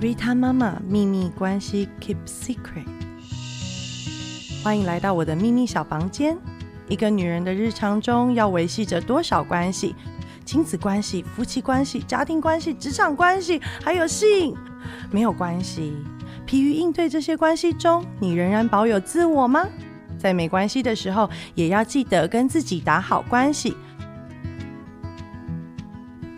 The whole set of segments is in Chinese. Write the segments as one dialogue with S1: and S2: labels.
S1: Rita 妈妈秘密关系 Keep Secret。欢迎来到我的秘密小房间。一个女人的日常中要维系着多少关系？亲子关系、夫妻关系、家庭关系、职场关系，还有性。没有关系，疲于应对这些关系中，你仍然保有自我吗？在没关系的时候，也要记得跟自己打好关系。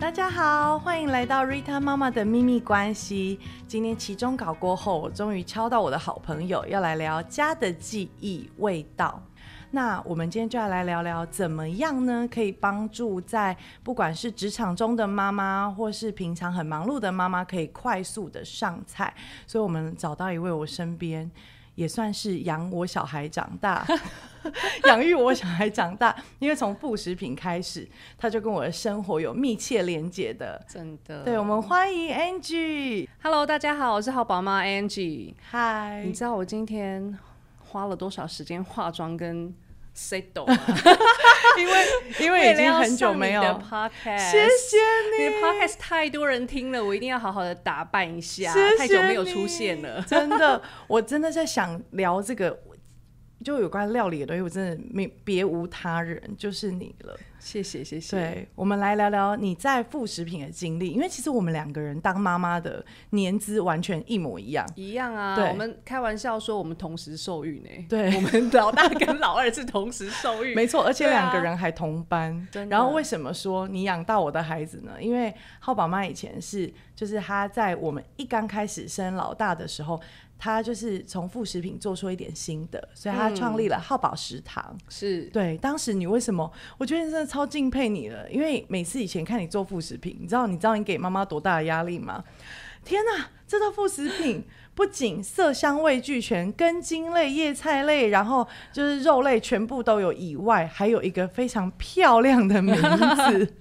S1: 大家好，欢迎来到 Rita 妈妈的秘密关系。今天期中考过后，我终于敲到我的好朋友，要来聊家的记忆味道。那我们今天就要来聊聊，怎么样呢？可以帮助在不管是职场中的妈妈，或是平常很忙碌的妈妈，可以快速的上菜。所以我们找到一位我身边也算是养我小孩长大， 养育我小孩长大，因为从副食品开始，他就跟我的生活有密切连接的。
S2: 真的。
S1: 对，我们欢迎 Angie，
S2: Hello，大家好，我是好宝妈 Angie。
S1: 嗨
S2: 你知道我今天花了多少时间化妆跟 set 吗？因为
S1: 因
S2: 为
S1: 为已经很久没有
S2: 了要上你的 podcast，
S1: 谢谢
S2: 你的
S1: 你，
S2: podcast 太多人听了，我一定要好好的打扮一下。
S1: 谢谢，
S2: 太久没有出现了
S1: 真的，我真的在想聊这个，就有关料理的东西，我真的没别无他人，就是你了。
S2: 谢谢谢谢。
S1: 对，我们来聊聊你在副食品的经历，因为其实我们两个人当妈妈的年资完全一模一样。
S2: 一样啊
S1: 对，
S2: 我们开玩笑说我们同时受孕呢、
S1: 对
S2: 我们老大跟老二是同时受孕，
S1: 没错，而且
S2: 对啊
S1: 两个人还同班。
S2: 真的
S1: 然后为什么说你养大我的孩子呢？因为浩宝妈以前是，就是她在我们一刚开始生老大的时候，她就是从副食品做出一点新的，所以她创立
S2: 嗯
S1: 了浩宝食堂。
S2: 是
S1: 对，当时你为什么？我觉得真的超敬佩你了，因为每次以前看你做副食品，你知道你知道你给妈妈多大的压力吗？天哪、这道副食品不仅色香味俱全，根茎类、叶菜类，然后就是肉类全部都有，以外还有一个非常漂亮的名 字。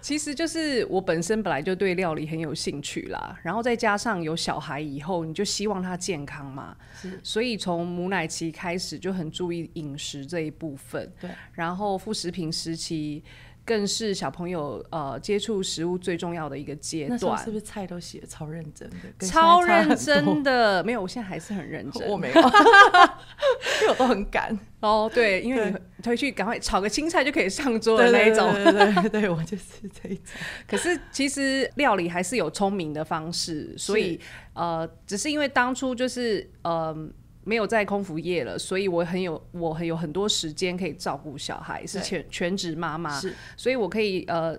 S2: 其实就是我本身本来就对料理很有兴趣啦，然后再加上有小孩以后，你就希望他健康嘛，所以从母奶期开始就很注意饮食这一部分。
S1: 对，
S2: 然后副食品时期更是小朋友呃接触食物最重要的一个阶
S1: 那时候
S2: 段
S1: 是。不是菜都写得超认真的？跟现在
S2: 超
S1: 差很
S2: 认
S1: 多
S2: 真，的，没有，我现在还是很认 真。
S1: 我没有，因为我都很赶。
S2: 哦，对，因为你回去赶快炒个青菜就可以上桌的那一种。
S1: 对对对对对，我就是这一种。
S2: 可是其实料理还是有聪明的方式，所以呃，只是因为当初就是呃没有在空服业了，所以我很有我很有很多时间可以照顾小孩，是
S1: 对
S2: 全全职妈妈，
S1: 是
S2: 所以我可以呃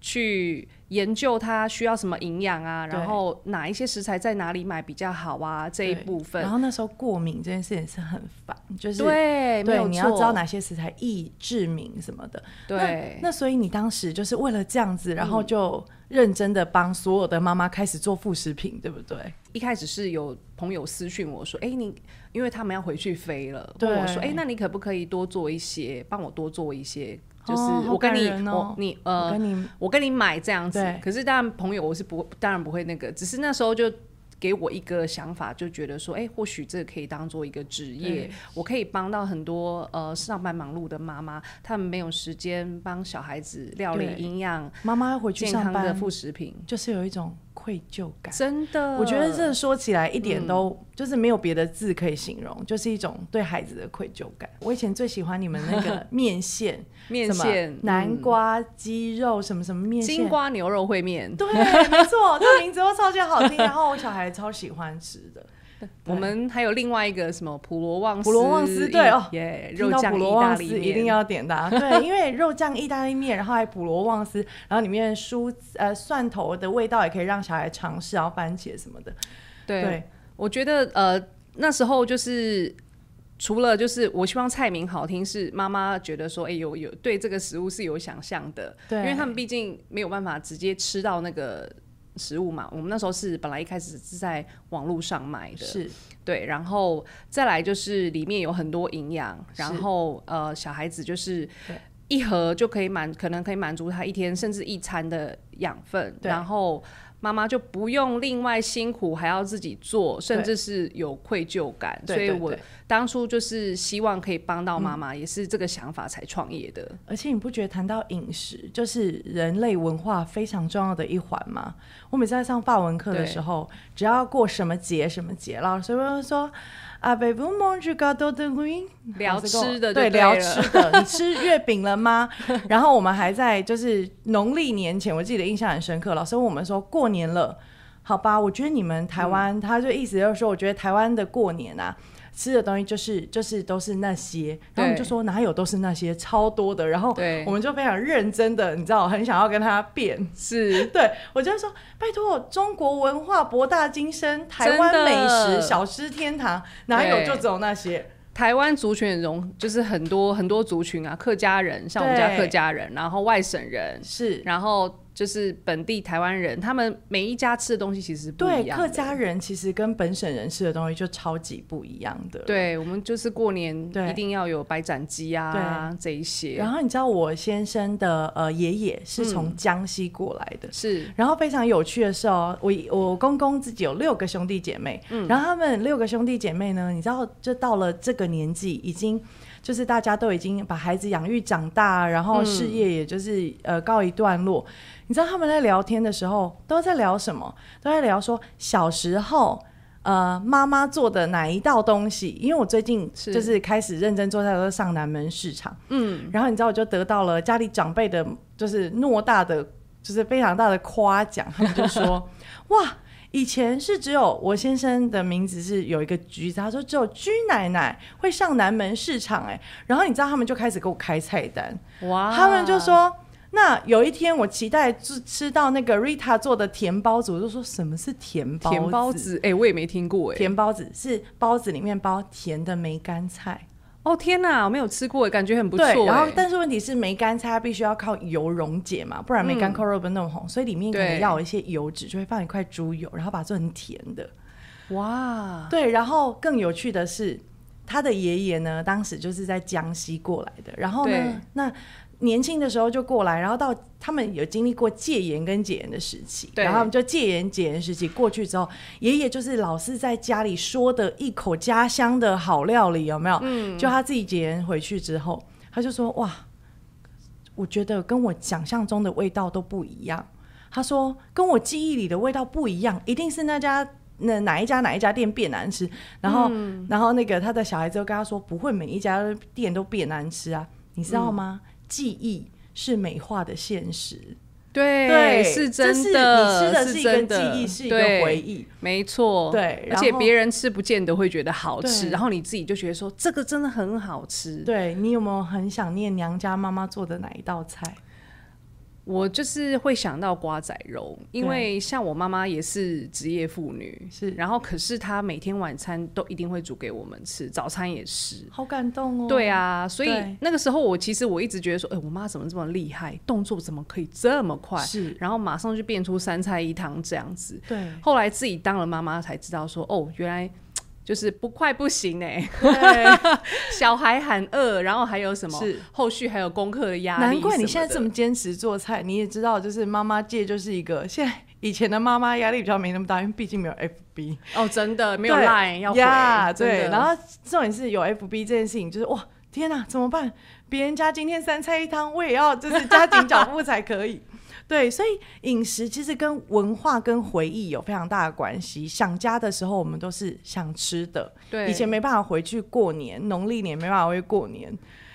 S2: 去研究它需要什么营养啊，
S1: 对
S2: 然后哪一些食材在哪里买比较好啊这一
S1: 对
S2: 部分
S1: 然。后那时候过敏这件事情是很烦，就是
S2: 对，没有
S1: 对，你要知道
S2: 错
S1: 哪些食材易致敏什么的。
S2: 对嗯
S1: 那，那所以你当时就是为了这样子，然后就认真的帮所有的妈妈开始做副食品，对不对？
S2: 一开始是有朋友私讯我说：“哎、你因为他们要回去飞了，
S1: 对
S2: 问我说：‘哎、那你可不可以多做一些，帮我多做一些？’就是
S1: 哦好
S2: 我跟
S1: 感
S2: 你、
S1: 人哦
S2: 我你
S1: 我
S2: 呃，
S1: 跟你
S2: 我跟你买这样子
S1: 对。
S2: 可是当然朋友我是不当然不会那个，只是那时候就给我一个想法，就觉得说：‘哎、或许这可以当做一个职业
S1: 对，
S2: 我可以帮到很多呃上班忙碌的妈妈，她们没有时间帮小孩子料理
S1: 对
S2: 营养、
S1: 妈妈要回去
S2: 健
S1: 上
S2: 康的
S1: 班，
S2: 副嗯食品。’
S1: 就是有一种愧疚感。
S2: 真的，
S1: 我觉得这说起来一
S2: 嗯
S1: 点都、就是没有别的字可以形容，就是一种对孩子的愧疚感。我以前最喜欢你们那 个面线，
S2: 面
S1: 什么
S2: 线、
S1: 南
S2: 嗯
S1: 瓜、鸡肉什么什么面线，
S2: 金瓜牛肉烩面。
S1: 对，没错，这名字都超级好 听，然后我小孩超喜欢吃的。
S2: 我们还有另外一个什么普罗旺斯，
S1: 普罗旺斯对哦
S2: 耶，
S1: 听
S2: 肉
S1: 到
S2: 酱
S1: 普
S2: 意
S1: 罗
S2: 大
S1: 旺
S2: 利
S1: 斯
S2: 面
S1: 一定要点的 啊、对，因为肉酱意大利面，然后还普罗旺斯，然后里面蔬呃蒜头的味道也可以让小孩尝试，然后番茄什么的。
S2: 对。
S1: 对，
S2: 我觉得呃那时候就是。除了就是我希望菜名好听，是妈妈觉得说，哎、有有对这个食物是有想象的，
S1: 对
S2: 因为他们毕竟没有办法直接吃到那个食物嘛。我们那时候是本来一开始是在网络上买的，
S1: 是
S2: 对，然后再来就是里面有很多营养，然
S1: 是
S2: 后呃，小孩子就是
S1: 对
S2: 一盒就可以满，可能可以满足他一天甚至一餐的养分，
S1: 对
S2: 然后妈妈就不用另外辛苦还要自己做，甚至是有愧疚感。
S1: 对
S2: 所以
S1: 对
S2: 我
S1: 对嗯
S2: 当初就是希望可以帮到妈妈，也是这个想法才创业的。
S1: 而且你不觉得谈到饮食，就是人类文化非常重要的一环吗？我每次在上法文课的时候，只要过什么节什么节，老师会说啊，baby m o n j u g a d o de l u i
S2: 聊吃的就
S1: 对，
S2: 对
S1: 聊
S2: 了
S1: 吃的，你吃月饼了吗？然后我们还在就是农历年前，我记得印象很深刻，老师问我们说过年了，好吧？我觉得你们台
S2: 嗯
S1: 湾，他就意思就是说，我觉得台湾的过年啊。吃的东西就是就是都是那些，然后我们就说哪有都是那些，超多的。然后
S2: 对
S1: 我们就非常认真的，你知道，很想要跟他辩。
S2: 是，
S1: 对我就会说，拜托，中国文化博大精深，台湾
S2: 真的
S1: 美食小吃天堂，哪有
S2: 对
S1: 就只有那些？
S2: 台湾族群很容，就是很多很多族群啊，客家人，像我们家
S1: 对
S2: 客家人，然后外省人，
S1: 是
S2: 然后就是本地台湾人，他们每一家吃的东西其实不
S1: 对
S2: 一，样的。
S1: 客家人其实跟本省人吃的东西就超级不一样的。。
S2: 对，我们就是过年
S1: 对
S2: 一定要有白斩鸡啊这一些，
S1: 然后你知道我先生的呃爷爷是
S2: 嗯
S1: 从江西过来的，
S2: 是
S1: 然后非常有趣的是哦，我我公公自己有六个兄弟姐妹，然后他们六个兄弟姐妹呢，你知道，就到了这个年纪，已经就是大家都已经把孩子养育长大，然后事业也就是、呃告一段落。你知道他们在聊天的时候都在聊什么？都在聊说小时候。呃，妈妈做的哪一道东西？因为我最近
S2: 是
S1: 就是开始认真做菜，都上南门市场。嗯，然后你知道，我就得到了家里长辈的，就是偌大的就是非常大的夸奖，他们就说：“哇，以前是只有我先生的名字是有一个橘子，他说只有居奶奶会上南门市场、欸，哎，然后你知道他们就开始给我开菜单，
S2: 哇，
S1: 他们就说。”那有一天，我期待吃吃到那个 Rita 做的甜包子，我就说什么是甜包
S2: 甜包子，哎、我也没听过哎、
S1: 甜包子是包子里面包甜的梅干菜，
S2: 哦天哪，我没有吃过哎，感觉很不错哎、
S1: 对，然后但是问题是梅干菜它必须要靠油溶解嘛，不然梅
S2: 嗯
S1: 干扣肉不弄红，所以里面可能
S2: 对
S1: 要有一些油脂，就会放一块猪油，然后把它做成甜的。
S2: 哇，
S1: 对，然后更有趣的是，他的爷爷呢，当时就是在江西过来的，然后
S2: 对
S1: 呢，那年轻的时候就过来，然后到他们有经历过戒严跟解严的时期，
S2: 对
S1: 然后他们就戒严解严时期过去之后，爷爷就是老是在家里说的一口家乡的好料理，有没有？嗯，就他自己解严回去之后，他就说哇。我觉得跟我想象中的味道都不一样。他说跟我记忆里的味道不一样，一定是那家那哪一家哪一家店变难吃。然后、然后那个他的小孩子就跟他说，不会每一家店都变难吃啊，你知道吗？记忆。是美化的现实，
S2: 对是
S1: 这
S2: 真
S1: 是
S2: 的，
S1: 你吃的是
S2: 是
S1: 一个
S2: 真
S1: 记忆，是一个回，忆，
S2: 对没错，
S1: 对
S2: 而
S1: 然
S2: 且
S1: 后
S2: 别人吃不见得会觉得好吃，
S1: 对
S2: 然后你自己就觉得说这个真的很好吃，
S1: 对你有没有很想念娘家妈妈做的哪一道菜？
S2: 我就是会想到瓜仔肉，因
S1: 对
S2: 为像我妈妈也是职业妇女，
S1: 是
S2: 然后可是她每天晚餐都一定会煮给我们吃，早餐也是。
S1: 好感动哦！
S2: 对，啊，所以
S1: 对
S2: 那个时候我其实我一直觉得说，哎、我妈怎么这么厉害，动作怎么可以这么快？
S1: 是
S2: 然后马上就变出三菜一汤这样子。
S1: 对，
S2: 后来自己当了妈妈才知道说，哦，原来就是不快不行哎、
S1: 对
S2: 小孩喊饿，然后还有什么
S1: 是
S2: 后续还有功课的压力。
S1: 难怪你现在这么。坚持做菜，你也知道，就是妈妈界就是一个现在以前的妈妈压力比较没那么大，因为毕竟没有 FB，
S2: 哦，真 的没有
S1: 对
S2: line 要回
S1: 呀
S2: 真
S1: 对，
S2: 的
S1: 然后重点是有 FB 这件事情，就是哇，天哪、怎么办？别人家今天三菜一汤，我也要就是加紧脚步才可以。 对，所以饮食其实跟文化跟回忆有非常大的关系。想家的时候，我们都是想吃的，
S2: 对
S1: 以前没办法回去过年，农历年没办法回去过年，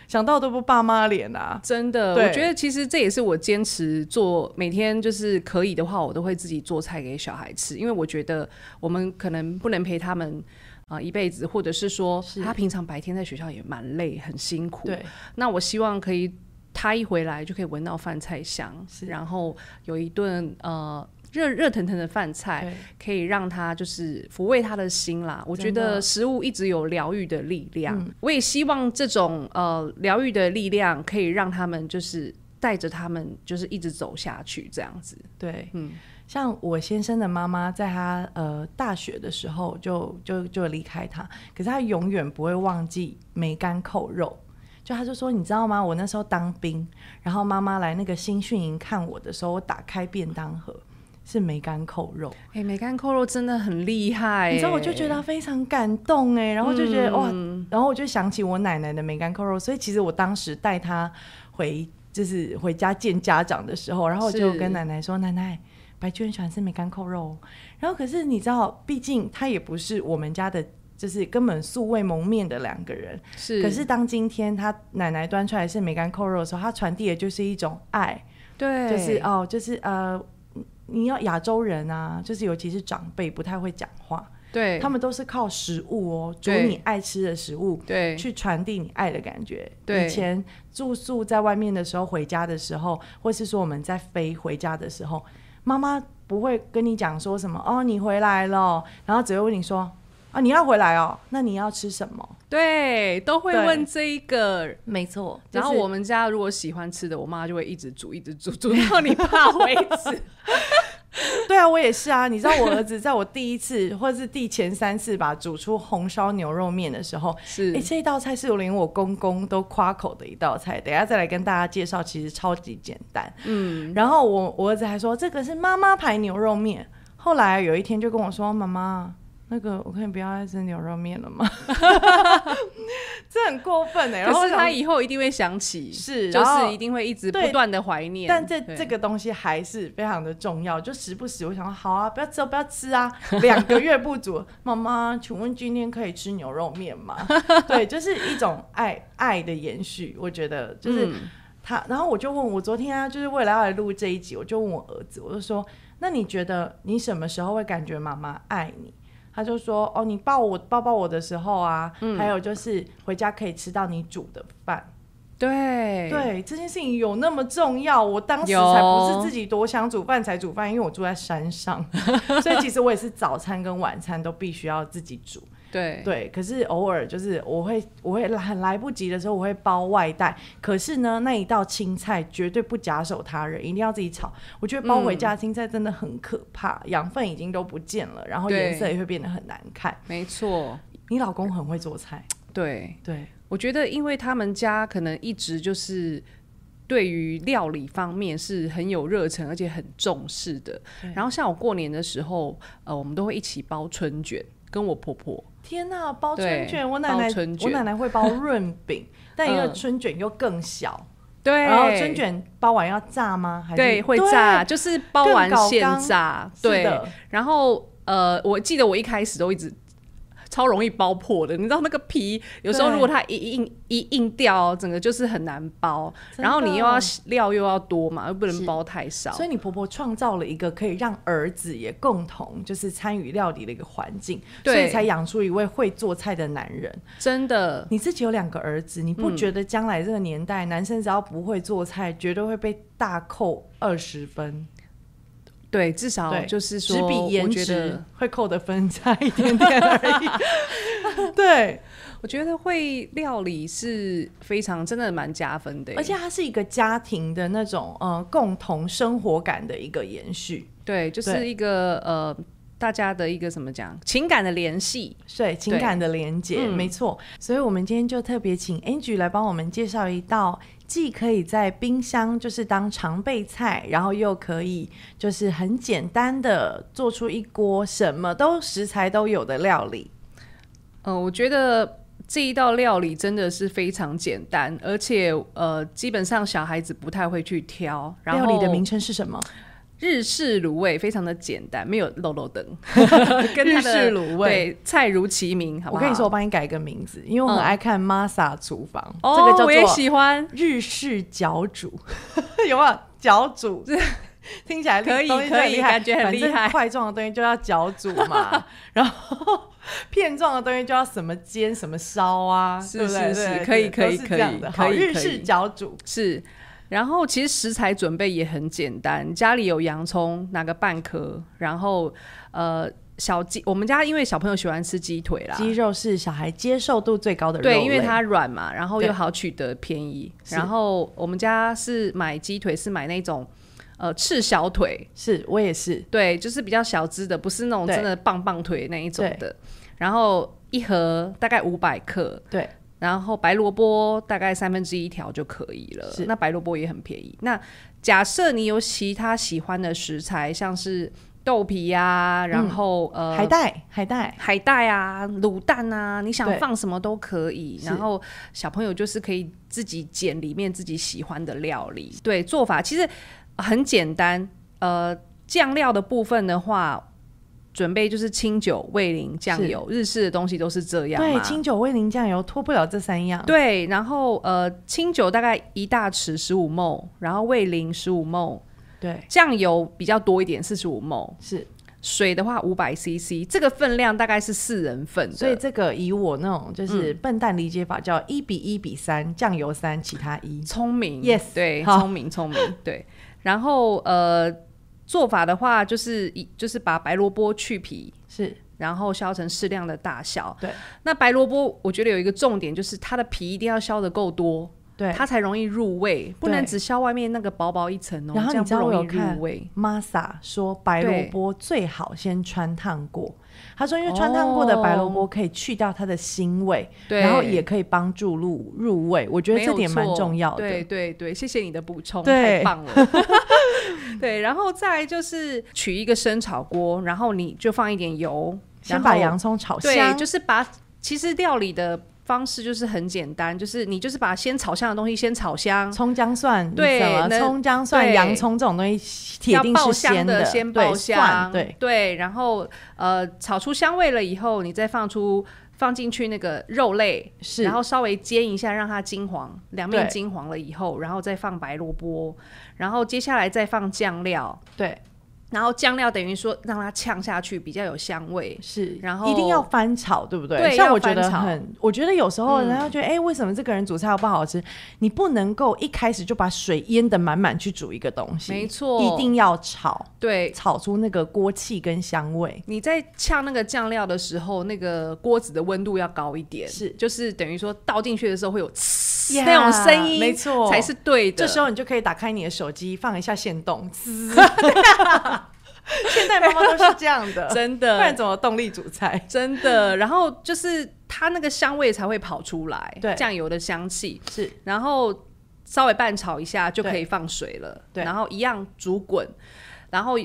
S1: 想到都不爸妈脸啊。
S2: 真的，
S1: 对
S2: 我觉得其实这也是我坚持做，每天就是可以的话，我都会自己做菜给小孩吃，因为我觉得我们可能不能陪他们。啊、一辈子，或者是说
S1: 是
S2: 他平常白天在学校也蛮累，很辛苦。
S1: 对，
S2: 那我希望可以他一回来就可以闻到饭菜香，
S1: 是
S2: 然后有一顿呃热热腾腾的饭菜，
S1: 对
S2: 可以让他就是抚慰他的心啦。我觉
S1: 真的嗯
S2: 得食物一直有疗愈的力量，我也希望这种呃疗愈的力量可以让他们就是带着他们就是一直走下去这样子。
S1: 对，
S2: 嗯
S1: 像我先生的妈妈，在他呃大学的时候就就就离开他，可是他永远不会忘记梅干扣肉。就他就说，你知道吗？我那时候当兵，然后妈妈来那个新训营看我的时候，我打开便当盒是梅干扣肉，
S2: 哎、梅干扣肉真的很厉害、
S1: 你知道我就觉得非常感动哎，然后就觉
S2: 嗯
S1: 得、哇，然后我就想起我奶奶的梅干扣肉，所以其实我当时带她回就是回家见家长的时候，然后我就是跟奶奶说，奶奶。白居很喜欢吃梅干扣肉哦，然后可是你知道，毕竟她也不是我们家的，就是根本素未谋面的两个人。
S2: 是，
S1: 可是当今天她奶奶端出来是梅干扣肉的时候，她传递的就是一种爱，
S2: 对，
S1: 就是哦，就是呃，你要亚洲人啊，就是尤其是长辈不太会讲话，
S2: 对，
S1: 他们都是靠食物哦，煮
S2: 对
S1: 你爱吃的食物
S2: 对
S1: 去传递你爱的感觉。
S2: 对
S1: 以前住宿在外面的时候，回家的时候，或是说我们在飞回家的时候，妈妈不会跟你讲说什么哦，你回来了，然后只会问你说啊，你要回来哦，那你要吃什么？
S2: 对都会
S1: 对
S2: 问这一个。
S1: 没错，
S2: 然后我们家如果喜欢吃的，我妈就会一直煮，一直煮，煮到你怕为止。
S1: 对啊，我也是啊。你知道我儿子在我第一次或者是第前三次吧煮出红烧牛肉面的时候，
S2: 是
S1: 哎、这一道菜 是连我公公都夸口的一道菜。等一下再来跟大家介绍，其实超级简单。嗯，然后我我儿子还说这个是妈妈牌牛肉面。后来有一天就跟我说：“妈妈，那个我可以不要再吃牛肉面了吗？” 这很过分哎、然后
S2: 可
S1: 我
S2: 是
S1: 想
S2: 他
S1: 说
S2: 以后一定会想起，
S1: 是
S2: 就
S1: 然后
S2: 是一定会一直
S1: 对
S2: 不断的怀念。
S1: 但这
S2: 对
S1: 这个东西还是非常的重要，就时不时我想说，好啊，不要吃哦，不要吃啊，两个月不足， 妈妈，请问今天可以吃牛肉面吗？ 对，就是一种爱爱的延续，我觉得就是
S2: 嗯
S1: 他，然后我就问我昨天啊，就是为了要来录这一集，我就问我儿子，我就说，那你觉得你什么时候会感觉妈妈爱你？他就说：“哦，你抱我抱抱我的时候啊，还有就是回家可以吃到你煮的饭，
S2: 对
S1: 对这件事情有那么重要？我当时
S2: 有
S1: 才不是自己多想煮饭才煮饭，因为我住在山上，所以其实我也是早餐跟晚餐都必须要自己煮。
S2: 对
S1: 对，可是偶尔就是我会我会很来不及的时候，我会包外带。可是呢，那一道青菜绝对不假手他人，一定要自己炒。我觉得包回家的青菜真的很可怕，养分已经都不见了，然后
S2: 对
S1: 颜色也会变得很难看。
S2: 没错，
S1: 你老公很会做菜，
S2: 对。
S1: 对，
S2: 我觉得，因为他们家可能一直就是对于料理方面是很有热忱，而且很重视的
S1: 对。
S2: 然后像我过年的时候，呃，我们都会一起包春卷，跟我婆婆。
S1: 天呐、包春
S2: 对
S1: 卷！我奶奶
S2: 包春，卷
S1: 我奶奶会包润 饼，但因为
S2: 嗯
S1: 春卷又更小，
S2: 对，
S1: 然后春卷包完要炸吗？还是
S2: 对会炸，？就是包
S1: 更
S2: 完
S1: 搞
S2: 现
S1: 纲
S2: 炸。
S1: 对是
S2: 对，
S1: 的，
S2: 然后呃，我记得我一开始都一直超容易包破的，你知道那个皮有时候
S1: 对
S2: 如果它一硬一硬掉，整个就是很难包。
S1: 真的
S2: 然后你又要料又要多嘛，又不能
S1: 是
S2: 包太少
S1: 所。以你婆婆创造了一个可以让儿子也共同就是参与料理的一个环境，所
S2: 对
S1: 以才养出一位会做菜的男人。
S2: 真的，
S1: 你自己有两个儿子，你不觉
S2: 嗯
S1: 得将来这个年代，男生只要不会做菜，绝对会被大扣二十分？
S2: 对，至少
S1: 对，
S2: 就是
S1: 只
S2: 说，
S1: 比颜
S2: 我觉
S1: 值
S2: 得，
S1: 会扣的分差一点点而 已。对，
S2: 我觉得会料理是非常真的蛮加分的耶，
S1: 而且它是一个家庭的那种呃共同生活感的一个延续，
S2: 对，就
S1: 对
S2: 是一个呃，大家的一个怎么讲，情感的联系。
S1: 对情感的连接，没错。所以我们今天就特别请 Angie 来帮我们介绍一道既可以在冰箱就是当常备菜，然后又可以就是很简单的做出一锅什么都食材都有的料理。
S2: 呃，我觉得这一道料理真的是非常简单，而且呃，基本上小孩子不太会去挑。然
S1: 料
S2: 后
S1: 理的名称是什么？
S2: 日式卤味非常的简单，没有漏漏 灯，跟
S1: 日
S2: 它
S1: 式
S2: 的
S1: 卤味。
S2: 对菜如其名，好不
S1: 我
S2: 好？
S1: 跟你说，我，帮你改一个名字，因为我很
S2: 嗯
S1: 爱看 Masa 厨房，
S2: 哦，
S1: 这个叫
S2: 我也
S1: 做
S2: 喜欢。
S1: 日式脚煮， 有没有脚 煮？听起来
S2: 可以
S1: 东西就很厉害
S2: 可以感觉很厉害
S1: 反正块状的东西就要脚煮 嘛，然后片状的东西就要什么煎、什么烧啊，
S2: 是
S1: 对不对
S2: 是是
S1: 对
S2: 可以
S1: 对
S2: 可以
S1: 都是这样的
S2: 可以
S1: 好
S2: 可以
S1: 日
S2: 可以
S1: 式脚煮，
S2: 是，然后其实食材准备也很简单，家里有洋葱，拿个半颗，然后呃小鸡，我们家因为小朋友喜欢吃鸡腿啦，
S1: 鸡肉是小孩接受度最高的肉类，
S2: 对，因为它软嘛，然后
S1: 对
S2: 又好取得便宜，
S1: 是
S2: 然后我们家是买鸡腿是买那种呃赤小腿，
S1: 是我也是
S2: 对，就是比较小只的，不是那种
S1: 对
S2: 真的棒棒腿那一种
S1: 对
S2: 的，然后一盒大概五百克，
S1: 对。
S2: 然后白萝卜大概三分之一条就可以了
S1: 是。
S2: 那白萝卜也很便宜。那假设你有其他喜欢的食材，像是豆皮呀、
S1: 嗯
S2: 然后、呃
S1: 海带，海带，
S2: 海带啊、卤蛋啊，你想
S1: 对
S2: 放什么都可以。
S1: 是
S2: 然后小朋友就是可以自己捡里面自己喜欢的料理。对，做法其实很简单。呃，酱料的部分的话，准备就是清酒、味淋、酱油，日式的东西都是这样嘛。
S1: 对，清酒、味淋、酱油脱不了这三样。
S2: 对，然后呃，清酒大概一大匙十五 ml，然后味淋十五 ml，
S1: 对，
S2: 酱油比较多一点四十五 ml，
S1: 是，
S2: 水的话五百 CC，这个分量大概是四人份的。嗯
S1: 所以这个以我那种就是笨蛋理解法，叫一比一比三，酱油三，其他一。
S2: 聪明
S1: Yes，
S2: 对，
S1: 好
S2: 聪明，聪明，对。然后呃，做法的话就是一就是把白萝卜去皮，
S1: 是
S2: 然后削成适量的大小。
S1: 对，
S2: 那白萝卜我觉得有一个重点就是它的皮一定要削的够多，
S1: 对，
S2: 它才容易入味，不
S1: 对
S2: 能只削外面那个薄薄一层哦，
S1: 然后
S2: 这样
S1: 你知道
S2: 不
S1: 我
S2: 容易
S1: 有看
S2: 入味。
S1: Masa 说白萝
S2: 对
S1: 卜最好先穿烫过。他说，因为穿烫过的白萝卜可以去掉它的腥味，
S2: 哦对，
S1: 然后也可以帮助入入味。我觉得
S2: 没
S1: 这
S2: 有
S1: 点蛮
S2: 错
S1: 重要的。
S2: 对对对，谢谢你的补充，
S1: 对
S2: 太 棒了。对，然后再来就是取一个生炒锅，然后你就放一点油，
S1: 先
S2: 然
S1: 把
S2: 后
S1: 洋葱炒
S2: 对，
S1: 香，
S2: 就是把其实料理的方式就是很简单，就是你就是把先炒香的东西先炒香，
S1: 葱姜蒜，
S2: 对
S1: 什么
S2: 那
S1: 葱姜蒜、
S2: 对
S1: 洋葱这种东西铁
S2: 要
S1: 定
S2: 爆
S1: 是
S2: 香
S1: 鲜
S2: 的先爆
S1: 对，蒜
S2: 香，
S1: 对，
S2: 然后呃炒出香味了以后，你再放出放进去那个肉类，
S1: 是，
S2: 然后稍微煎一下，让它金黄，两面
S1: 对
S2: 金黄了以后，然后再放白萝卜，然后接下来再放酱料，
S1: 对
S2: 然后酱料等于说让它呛下去，比较有香味。
S1: 是，
S2: 然
S1: 一定
S2: 后
S1: 要翻炒，对不对？
S2: 对
S1: 像
S2: 要
S1: 我觉
S2: 翻
S1: 得
S2: 炒嗯
S1: 很，我觉得有时候人家觉得，哎、为什么这个人煮菜不好吃？你不能够一开始就把水淹的满满去煮一个东西，
S2: 没错
S1: 一定要炒，
S2: 对，
S1: 炒出那个锅气跟香味。
S2: 你在呛那个酱料的时候，那个锅子的温度要高一点，
S1: 是
S2: 就是等于说倒进去的时候会有呲
S1: Yeah，
S2: 那种声音，
S1: 没错
S2: 才是对的。
S1: 这时
S2: 候
S1: 候你就可以打开你的手机，放一下线动，滋 现代妈妈都是这样的，
S2: 真
S1: 不然
S2: 的
S1: 怎么动力煮菜？
S2: 真的，然后就是它那个香味才会跑出来，
S1: 对
S2: 酱油的香气。
S1: 是
S2: 然后稍微拌炒一下就可以放水了，
S1: 对
S2: 然后一样煮滚，然后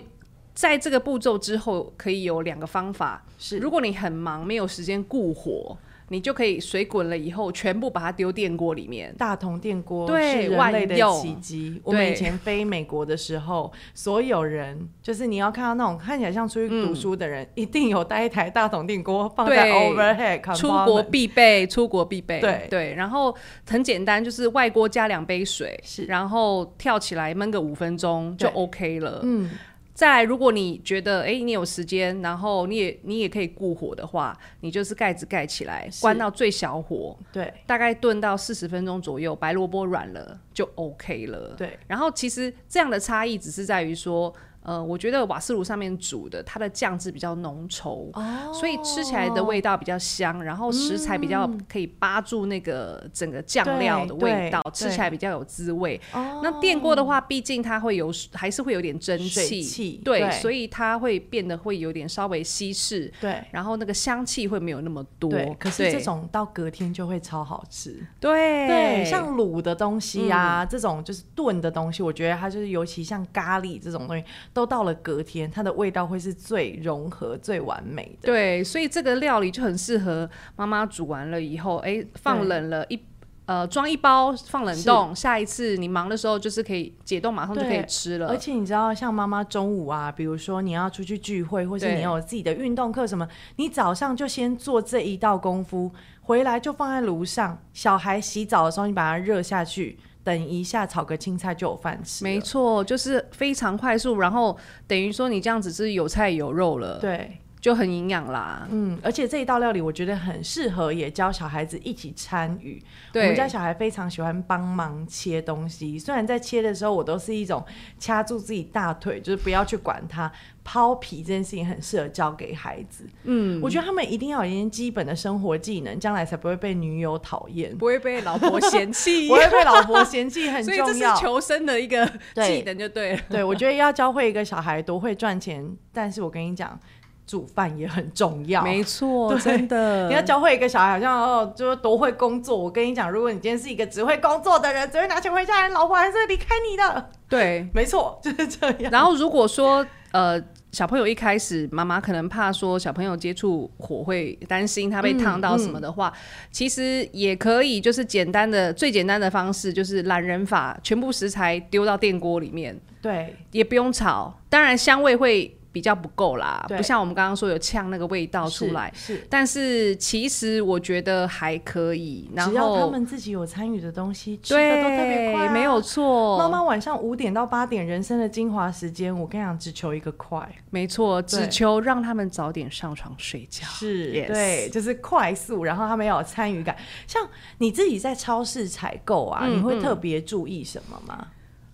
S2: 在这个步骤之后可以有两个方法，
S1: 是
S2: 如果你很忙没有时间顾火，你就可以水滚了以后全部把它丢电锅里面，
S1: 大同电锅
S2: 对
S1: 是人
S2: 万
S1: 类的
S2: 用
S1: 奇迹。我们以前飞美国的时候，所有人就是你要看到那种看起来像出去读书的人，一定有带一台大同电锅放在
S2: 嗯对
S1: overhead compartment。
S2: 出国必备，出国必备，
S1: 对
S2: 然后很简单，就是外锅加两杯水，
S1: 是
S2: 然后跳起来焖个五分钟就
S1: 对
S2: OK 了，
S1: 嗯，
S2: 再来，如果你觉得哎、诶你有时间，然后你也你也可以顾火的话，你就是盖子盖起来，
S1: 是
S2: 关到最小火，
S1: 对
S2: 大概炖到四十分钟左右，白萝卜软了就 OK 了。
S1: 对，
S2: 然后其实这样的差异只是在于说，呃，我觉得瓦斯炉上面煮的，它的酱汁比较浓稠。
S1: 哦
S2: 所以吃起来的味道比较香，然后食材比较可以扒住那个整个酱料的味道
S1: 对，对
S2: 吃起来比较有滋味。
S1: 哦
S2: 那电锅的话，毕竟它会有还是会有点蒸
S1: 水
S2: 汽，
S1: 汽
S2: 对，
S1: 对
S2: 所以它会变得会有点稍微稀释，
S1: 对。
S2: 然后那个香气会没有那么多。
S1: 对，可是
S2: 对
S1: 这种到隔天就会超好吃。
S2: 对嗯
S1: 对，像卤的东西啊，这种就是炖的东西，我觉得它就是，尤其像咖喱这种东西，都到了隔天，它的味道会是最融合、最完美的。
S2: 对，所以这个料理就很适合妈妈煮完了以后，哎，放冷了一。呃，装一包放冷冻，下一次你忙的时候就是可以解冻，马上就可以
S1: 对
S2: 吃了
S1: 而。且你知道，像妈妈中午啊，比如说你要出去聚会，或是
S2: 对
S1: 你有自己的运动课什么，你早上就先做这一道功夫，回来就放在炉上。小孩洗澡的时候，你把它热下去，等一下炒个青菜就有饭吃了。
S2: 没错，就是非常快速，然后等于说你这样子是有菜有肉了，
S1: 对，
S2: 就很营养啦。
S1: 嗯，而且这一道料理我觉得很适合，也教小孩子一起参与。我
S2: 对
S1: 们，家 小孩非常喜欢帮忙切东西，虽然在切的时候我都是一种掐住自己大腿，就是不要去管它。抛皮这件事情很适合教给孩子，嗯，我觉得他们一定要有一些基本的生活技能，将来才不会被女友讨厌，
S2: 不会被老婆嫌弃
S1: 不会被老婆嫌弃，很
S2: 所以这
S1: 重
S2: 是
S1: 要。
S2: 求生的一个
S1: 对
S2: 技能就对了。
S1: 对，我觉得要教会一个小孩多会赚钱，但是我跟你讲，煮饭也很重要。
S2: 没错，
S1: 对
S2: 真的，
S1: 你要教会一个小孩，好像哦，就是多会工作。我跟你讲，如果你今天是一个只会工作的人，只会拿钱回家的人，老婆还是会离开你的。
S2: 对。
S1: 没错， 就是这样。
S2: 然后如果说呃。小朋友一开始，妈妈可能怕说小朋友接触火会担心他被烫到什么的
S1: 嗯
S2: 话，其实也可以，就是简单的最简单的方式就是懒人法，全部食材丢到电锅里面，
S1: 对，
S2: 也不用炒，当然香味会比较不够啦，
S1: 对
S2: 不像我们刚刚说有呛那个味道出来。
S1: 是，是
S2: 但是其实我觉得还可以，然
S1: 只要他
S2: 后
S1: 们自己有参与的东西，吃的都特别
S2: 对，
S1: 快、啊
S2: 没有。错，
S1: 妈妈晚上五点到八点，人生的精华时间，我跟你讲，只求一个快，
S2: 没错，只
S1: 对
S2: 求让他们早点上床睡觉。
S1: 是
S2: Yes
S1: 对，就是快速，然后他们要有参与感。像你自己在超市采购啊，你会特别注意什么吗？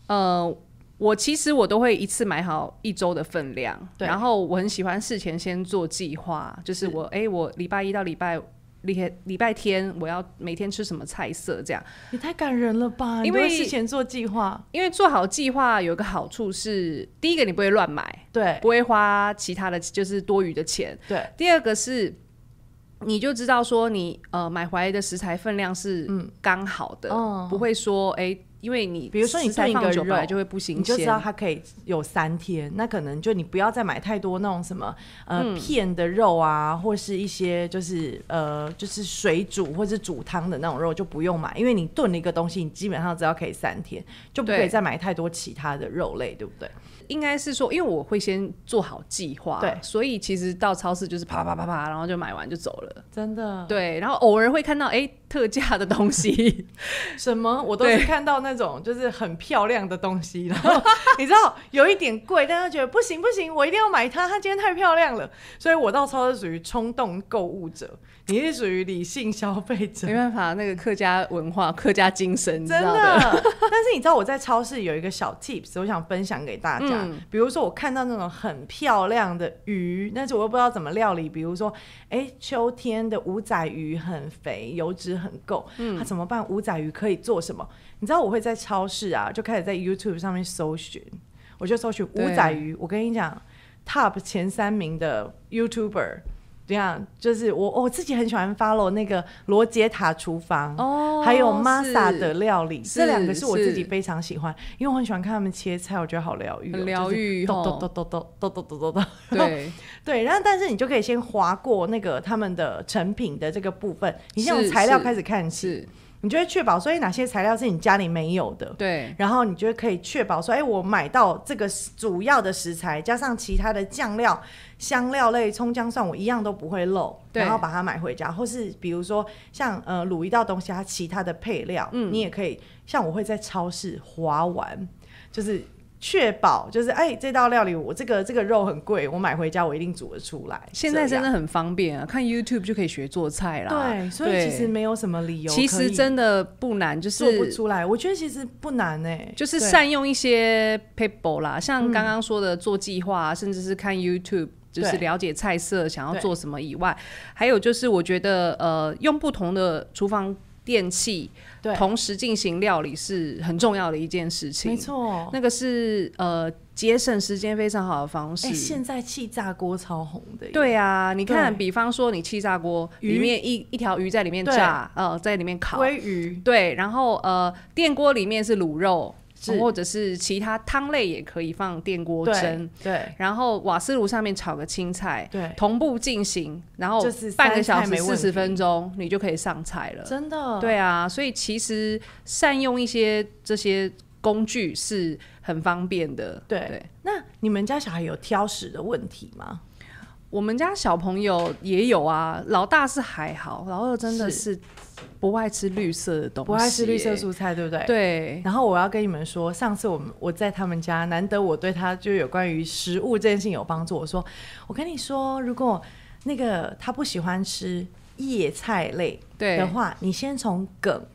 S2: 呃，我其实我都会一次买好一周的分量，
S1: 对
S2: 然后我很喜欢事前先做计划，就是我哎、我礼拜一到礼拜礼礼拜天我要每天吃什么菜色这样。
S1: 也太感人了吧！你
S2: 因
S1: 都会
S2: 为
S1: 事前做计划，
S2: 因为做好计划有一个好处是，第一个你不会乱买，
S1: 对
S2: 不会花其他的就是多余的钱；
S1: 对，
S2: 第二个是，你就知道说你呃买回来的食材分量是刚好的，
S1: 嗯哦
S2: 不会说哎、因为你
S1: 比如说你
S2: 食材
S1: 炖一个
S2: 放久本来
S1: 肉
S2: 就会不新
S1: 你就知道
S2: 鲜，
S1: 它可以有三天，那可能就你不要再买太多那种什么呃、
S2: 嗯
S1: 片的肉啊，或是一些就是呃就是水煮或是煮汤的那种肉就不用买，因为你炖了一个东西，你基本上知道可以三天，就不可以
S2: 对
S1: 再买太多其他的肉类，对不对？
S2: 应该是说，因为我会先做好计划，
S1: 对
S2: 所以其实到超市就是啪啪啪啪，然后就买完就走了。
S1: 真的，
S2: 对，然后偶尔会看到哎、特价的东西，
S1: 什么我都
S2: 对
S1: 是看到那种就是很漂亮的东西，然后你知道有一点贵，但他觉得不行不行，我一定要买它，它今天太漂亮了，所以我到超市属于冲动购物者，你是属于理性消费者
S2: 没。办法，那个客家文化、客家精神，你知
S1: 真
S2: 道
S1: 的。 但是你知道我在超市有一个小 tips，我想分享给大家。
S2: 嗯
S1: 比如说我看到那种很漂亮的鱼，但是我又不知道怎么料理。比如说，哎、秋天的五仔鱼很肥，油脂很够，它、怎么办？五仔鱼可以做什么？你知道我会在超市啊，就开始在 YouTube 上面搜寻，我就搜寻
S2: 对
S1: 五仔鱼。我跟你讲，Top 前三名的 YouTuber。这样就是我哦我自己很喜欢 follow 那个罗杰塔厨房
S2: 哦
S1: 还有
S2: 是
S1: Masa 的料理，这
S2: 是
S1: 两个是我自己
S2: 是
S1: 非常喜欢，因为我很喜欢看他们切菜，我觉得好疗愈哦，
S2: 很 疗愈
S1: 就是
S2: 吼
S1: 咚咚咚咚咚咚咚咚咚。
S2: 对，
S1: 对，然后但是你就可以先划过那个他们的成品的这个部分，你先从
S2: 是
S1: 材料
S2: 是
S1: 开始看起，
S2: 是，
S1: 你就会确保，所哎以哪些材料是你家里没有的。
S2: 对，
S1: 然后你就可以确保说，哎、我买到这个主要的食材，加上其他的酱料、香料类、葱姜蒜，我一样都不会漏，
S2: 对
S1: 然后把它买回家。或是比如说像呃卤一道东西，它其他的配料，
S2: 嗯
S1: 你也可以像我会在超市划完，就是。确保就是哎、这道料理我这个这个肉很贵，我买回家我一定煮得出来。
S2: 现在
S1: 这样
S2: 真的很方便啊，看 YouTube 就可以学做菜啦。
S1: 对，所以
S2: 对
S1: 其实没有什么理由可以
S2: 其实真的不难，就
S1: 做不
S2: 是
S1: 出来。我觉得其实不难哎、
S2: 就是
S1: 对嗯
S2: 善用一些 paper 啦，像刚刚说的做计划啊、甚至是看 YouTube。就是
S1: 对
S2: 了解菜色，想要
S1: 对
S2: 做什么以外，还有就是我觉得呃，用不同的厨房电器
S1: 对
S2: 同时进行料理是很重要的一件事情。
S1: 没错，
S2: 那个是呃节省时间非常好的方式。
S1: 哎、现在气炸锅超红的耶，
S2: 对啊，你看，
S1: 对
S2: 比方说你气炸锅
S1: 鱼
S2: 里面一一条鱼在里面炸，呃，在里面烤，
S1: 鲑鱼，
S2: 对，然后呃电锅里面是卤肉，
S1: 是
S2: 或者是其他汤类也可以放电锅蒸
S1: 对，对
S2: 然后瓦斯炉上面炒个青菜，
S1: 对，
S2: 同步进行，然后
S1: 就是三
S2: 半个小
S1: 菜
S2: 时
S1: 没问
S2: 四
S1: 题
S2: 十分钟你就可以上菜了。
S1: 真的，
S2: 对啊，所以其实善用一些这些工具是很方便的。
S1: 对那你们家小孩有挑食的问题吗？
S2: 我们家小朋友也有啊，老大是还好，老二真的是不爱吃绿色的东西、
S1: 不爱吃绿色
S2: 欸。
S1: 蔬菜，哦对不对？。
S2: 对，
S1: 然后我要跟你们说，上次我们我在他们家，难得我对他就有关于食物这件事情有帮助。我说，我跟你说，如果那个他不喜欢吃叶菜类
S2: 对
S1: 的话，你先从梗，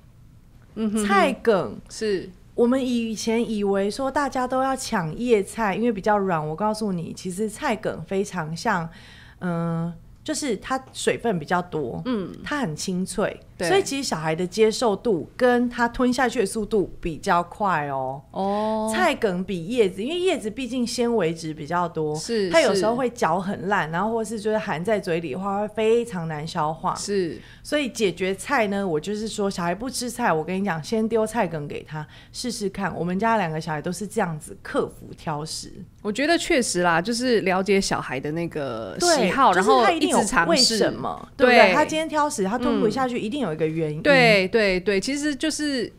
S1: 菜梗，
S2: 是，
S1: 我们以前以为说大家都要抢叶菜，因为比较软。我告诉你，其实菜梗非常像，嗯、就是它水分比较多，嗯，它很清脆，
S2: 对
S1: 所以其实小孩的接受度跟他吞下去的速度比较快哦。
S2: 哦，
S1: 菜梗比叶子，因为叶子毕竟纤维质比较多，
S2: 是
S1: 它有时候
S2: 是
S1: 会嚼很烂，然后或是就是含在嘴里的话会非常难消化。
S2: 是
S1: 所以解决菜呢，我就是说小孩不吃菜，我跟你讲，先丢菜梗给他试试看。我们家两个小孩都是这样子克服挑食，
S2: 我觉得确实啦，就是了解小孩的那个
S1: 对
S2: 喜好，
S1: 就是
S2: 然后
S1: 他一定有
S2: 直尝
S1: 为
S2: 试
S1: 什么，对不对？
S2: 对嗯
S1: 他今天挑食，他吞不下去，一定有一个原因。，
S2: 对对对，其实就是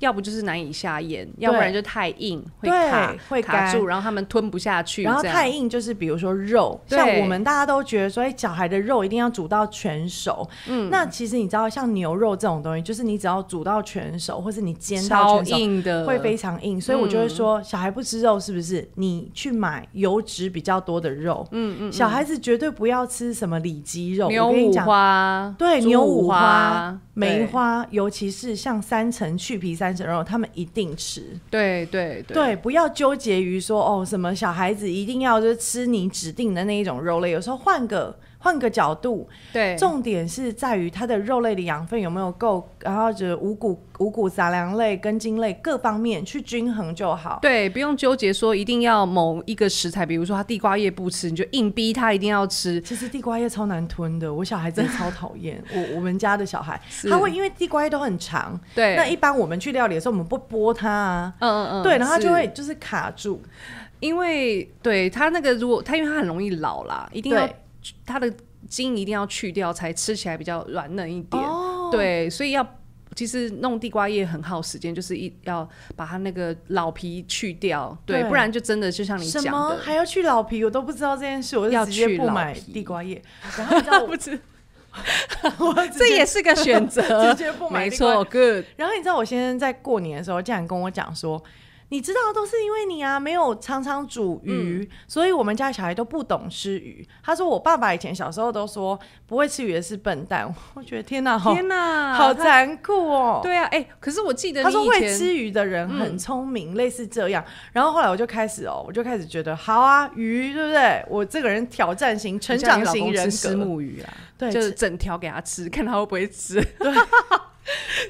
S2: 要不就是难以下咽，要不然就太硬会
S1: 对
S2: 卡
S1: 会
S2: 卡
S1: 干
S2: 住，然后他们吞不下去，
S1: 然后
S2: 这样
S1: 太硬就是比如说肉，
S2: 对
S1: 像我们大家都觉得说，哎，小孩的肉一定要煮到全熟。嗯，那其实你知道，像牛肉这种东西，就是你只要煮到全熟，或是你煎到
S2: 超
S1: 全熟，
S2: 硬的，
S1: 会非常硬，所以我就会说，小孩不吃肉是不是？你去买油脂比较多的肉，嗯嗯，小孩子绝对不要吃什么里脊肉，
S2: 牛
S1: 我跟你
S2: 五
S1: 讲。
S2: 花，
S1: 对
S2: 猪
S1: 牛
S2: 五
S1: 五花、梅
S2: 对
S1: 花，尤其是像三层去皮三层肉，他们一定吃。
S2: 对对对
S1: 对，不要纠结于说哦，什么小孩子一定要就是吃你指定的那一种肉类。有时候换个换个角度，
S2: 对
S1: 重点是在于它的肉类的养分有没有够，然后就是五谷、五谷杂粮类、根茎类各方面去均衡就好。
S2: 对，不用纠结说一定要某一个食材，比如说他地瓜叶不吃，你就硬逼他一定要吃。
S1: 其实地瓜叶超难吞的，我小孩真的超讨厌。 我我们家的小孩，
S2: 是
S1: 他会因为地瓜叶都很长，
S2: 对，
S1: 那一般我们去料理的时候，我们不剥它啊，
S2: 嗯嗯嗯，
S1: 对，然后他
S2: 是
S1: 就会就是卡住，
S2: 因为对它那个，如果它因为它很容易老啦，一定要
S1: 对
S2: 它的筋一定要去掉，才吃起来比较软嫩一点。
S1: 哦
S2: 对，所以要其实弄地瓜叶很耗时间，就是一要把它那个老皮去掉，对，
S1: 对
S2: 不然就真的就像你
S1: 什
S2: 讲
S1: 么
S2: 的，
S1: 还要去老皮，我都不知道这件事，我
S2: 要
S1: 就直接
S2: 去
S1: 不
S2: 老
S1: 买
S2: 皮
S1: 地瓜叶。然后你知道
S2: 不知
S1: 我，我直
S2: 这
S1: 接
S2: 也是个选
S1: 直
S2: 择，
S1: 接不买
S2: 没
S1: 地瓜叶
S2: 错，good，
S1: 然后你知道我先生在过年的时候竟然跟我讲说，你知道都是因为你啊，没有常常煮鱼，
S2: 嗯
S1: 所以我们家小孩都不懂吃鱼。他说我爸爸以前小时候都说不会吃鱼的是笨蛋， 我觉得天哪，好
S2: 天哪，
S1: 哦好
S2: 在，
S1: 残酷哦。
S2: 对啊，哎，可是我记得
S1: 他说
S2: 你以
S1: 会
S2: 前嗯
S1: 吃鱼的人很聪明，类似这样。然后后来我就开始哦，我就开始觉得好啊，鱼对不对？我这个人挑战型、成
S2: 叫
S1: 长
S2: 你老
S1: 型
S2: 公
S1: 人
S2: 吃石
S1: 格。
S2: 目鱼啦，
S1: 对
S2: 就是整条给他吃，看他会不会吃。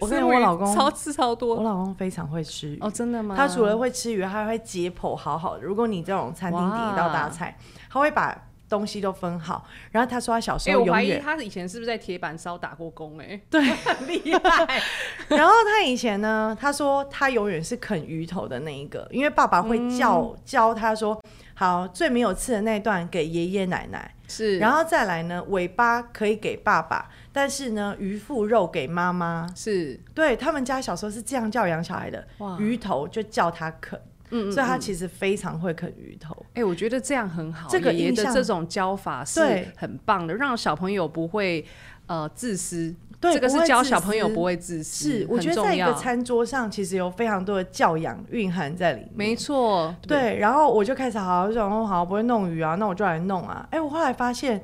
S1: 我
S2: 石
S1: 跟
S2: 目
S1: 我
S2: 鱼
S1: 老公，
S2: 超吃超
S1: 我
S2: 多
S1: 老公非常会吃鱼
S2: 哦，真的吗？
S1: 他除了会吃鱼，他还会解剖好好的。如果你这种餐厅点一道大菜，他会把东西都分好。然后他说他小时
S2: 哎、
S1: 候
S2: 我
S1: 永
S2: 怀疑
S1: 远、
S2: 他以前是不是在铁板烧打过工、欸？
S1: 对，
S2: 很厉害。
S1: 然后他以前呢，他说他永远是啃鱼头的那一个，因为爸爸会教、教他说，好最没有刺的那一段给爷爷奶奶，
S2: 是，
S1: 然
S2: 后
S1: 后再来呢尾巴可以给爸爸，但是呢鱼腹肉给妈妈。
S2: 是
S1: 对他们家小时候是这样教养小孩的
S2: 哇，
S1: 鱼头就叫他啃，
S2: 嗯嗯
S1: 所以他其实非常会啃鱼头。
S2: 哎、我觉得这样很好，
S1: 这个
S2: 爷爷
S1: 印
S2: 的
S1: 象
S2: 这种教法是
S1: 对
S2: 很棒的，让小朋友不会呃自私。
S1: 对
S2: 这个
S1: 不
S2: 是
S1: 会
S2: 教
S1: 自
S2: 小朋友
S1: 私
S2: 不会自私，
S1: 是，我
S2: 很
S1: 觉得
S2: 重
S1: 在一个
S2: 要
S1: 餐桌上，其实有非常多的教养蕴含在里面。
S2: 没错，不，
S1: 对，然后我就开始好好想说，哦好不会弄鱼啊，那我就来弄啊。哎、我后来发现，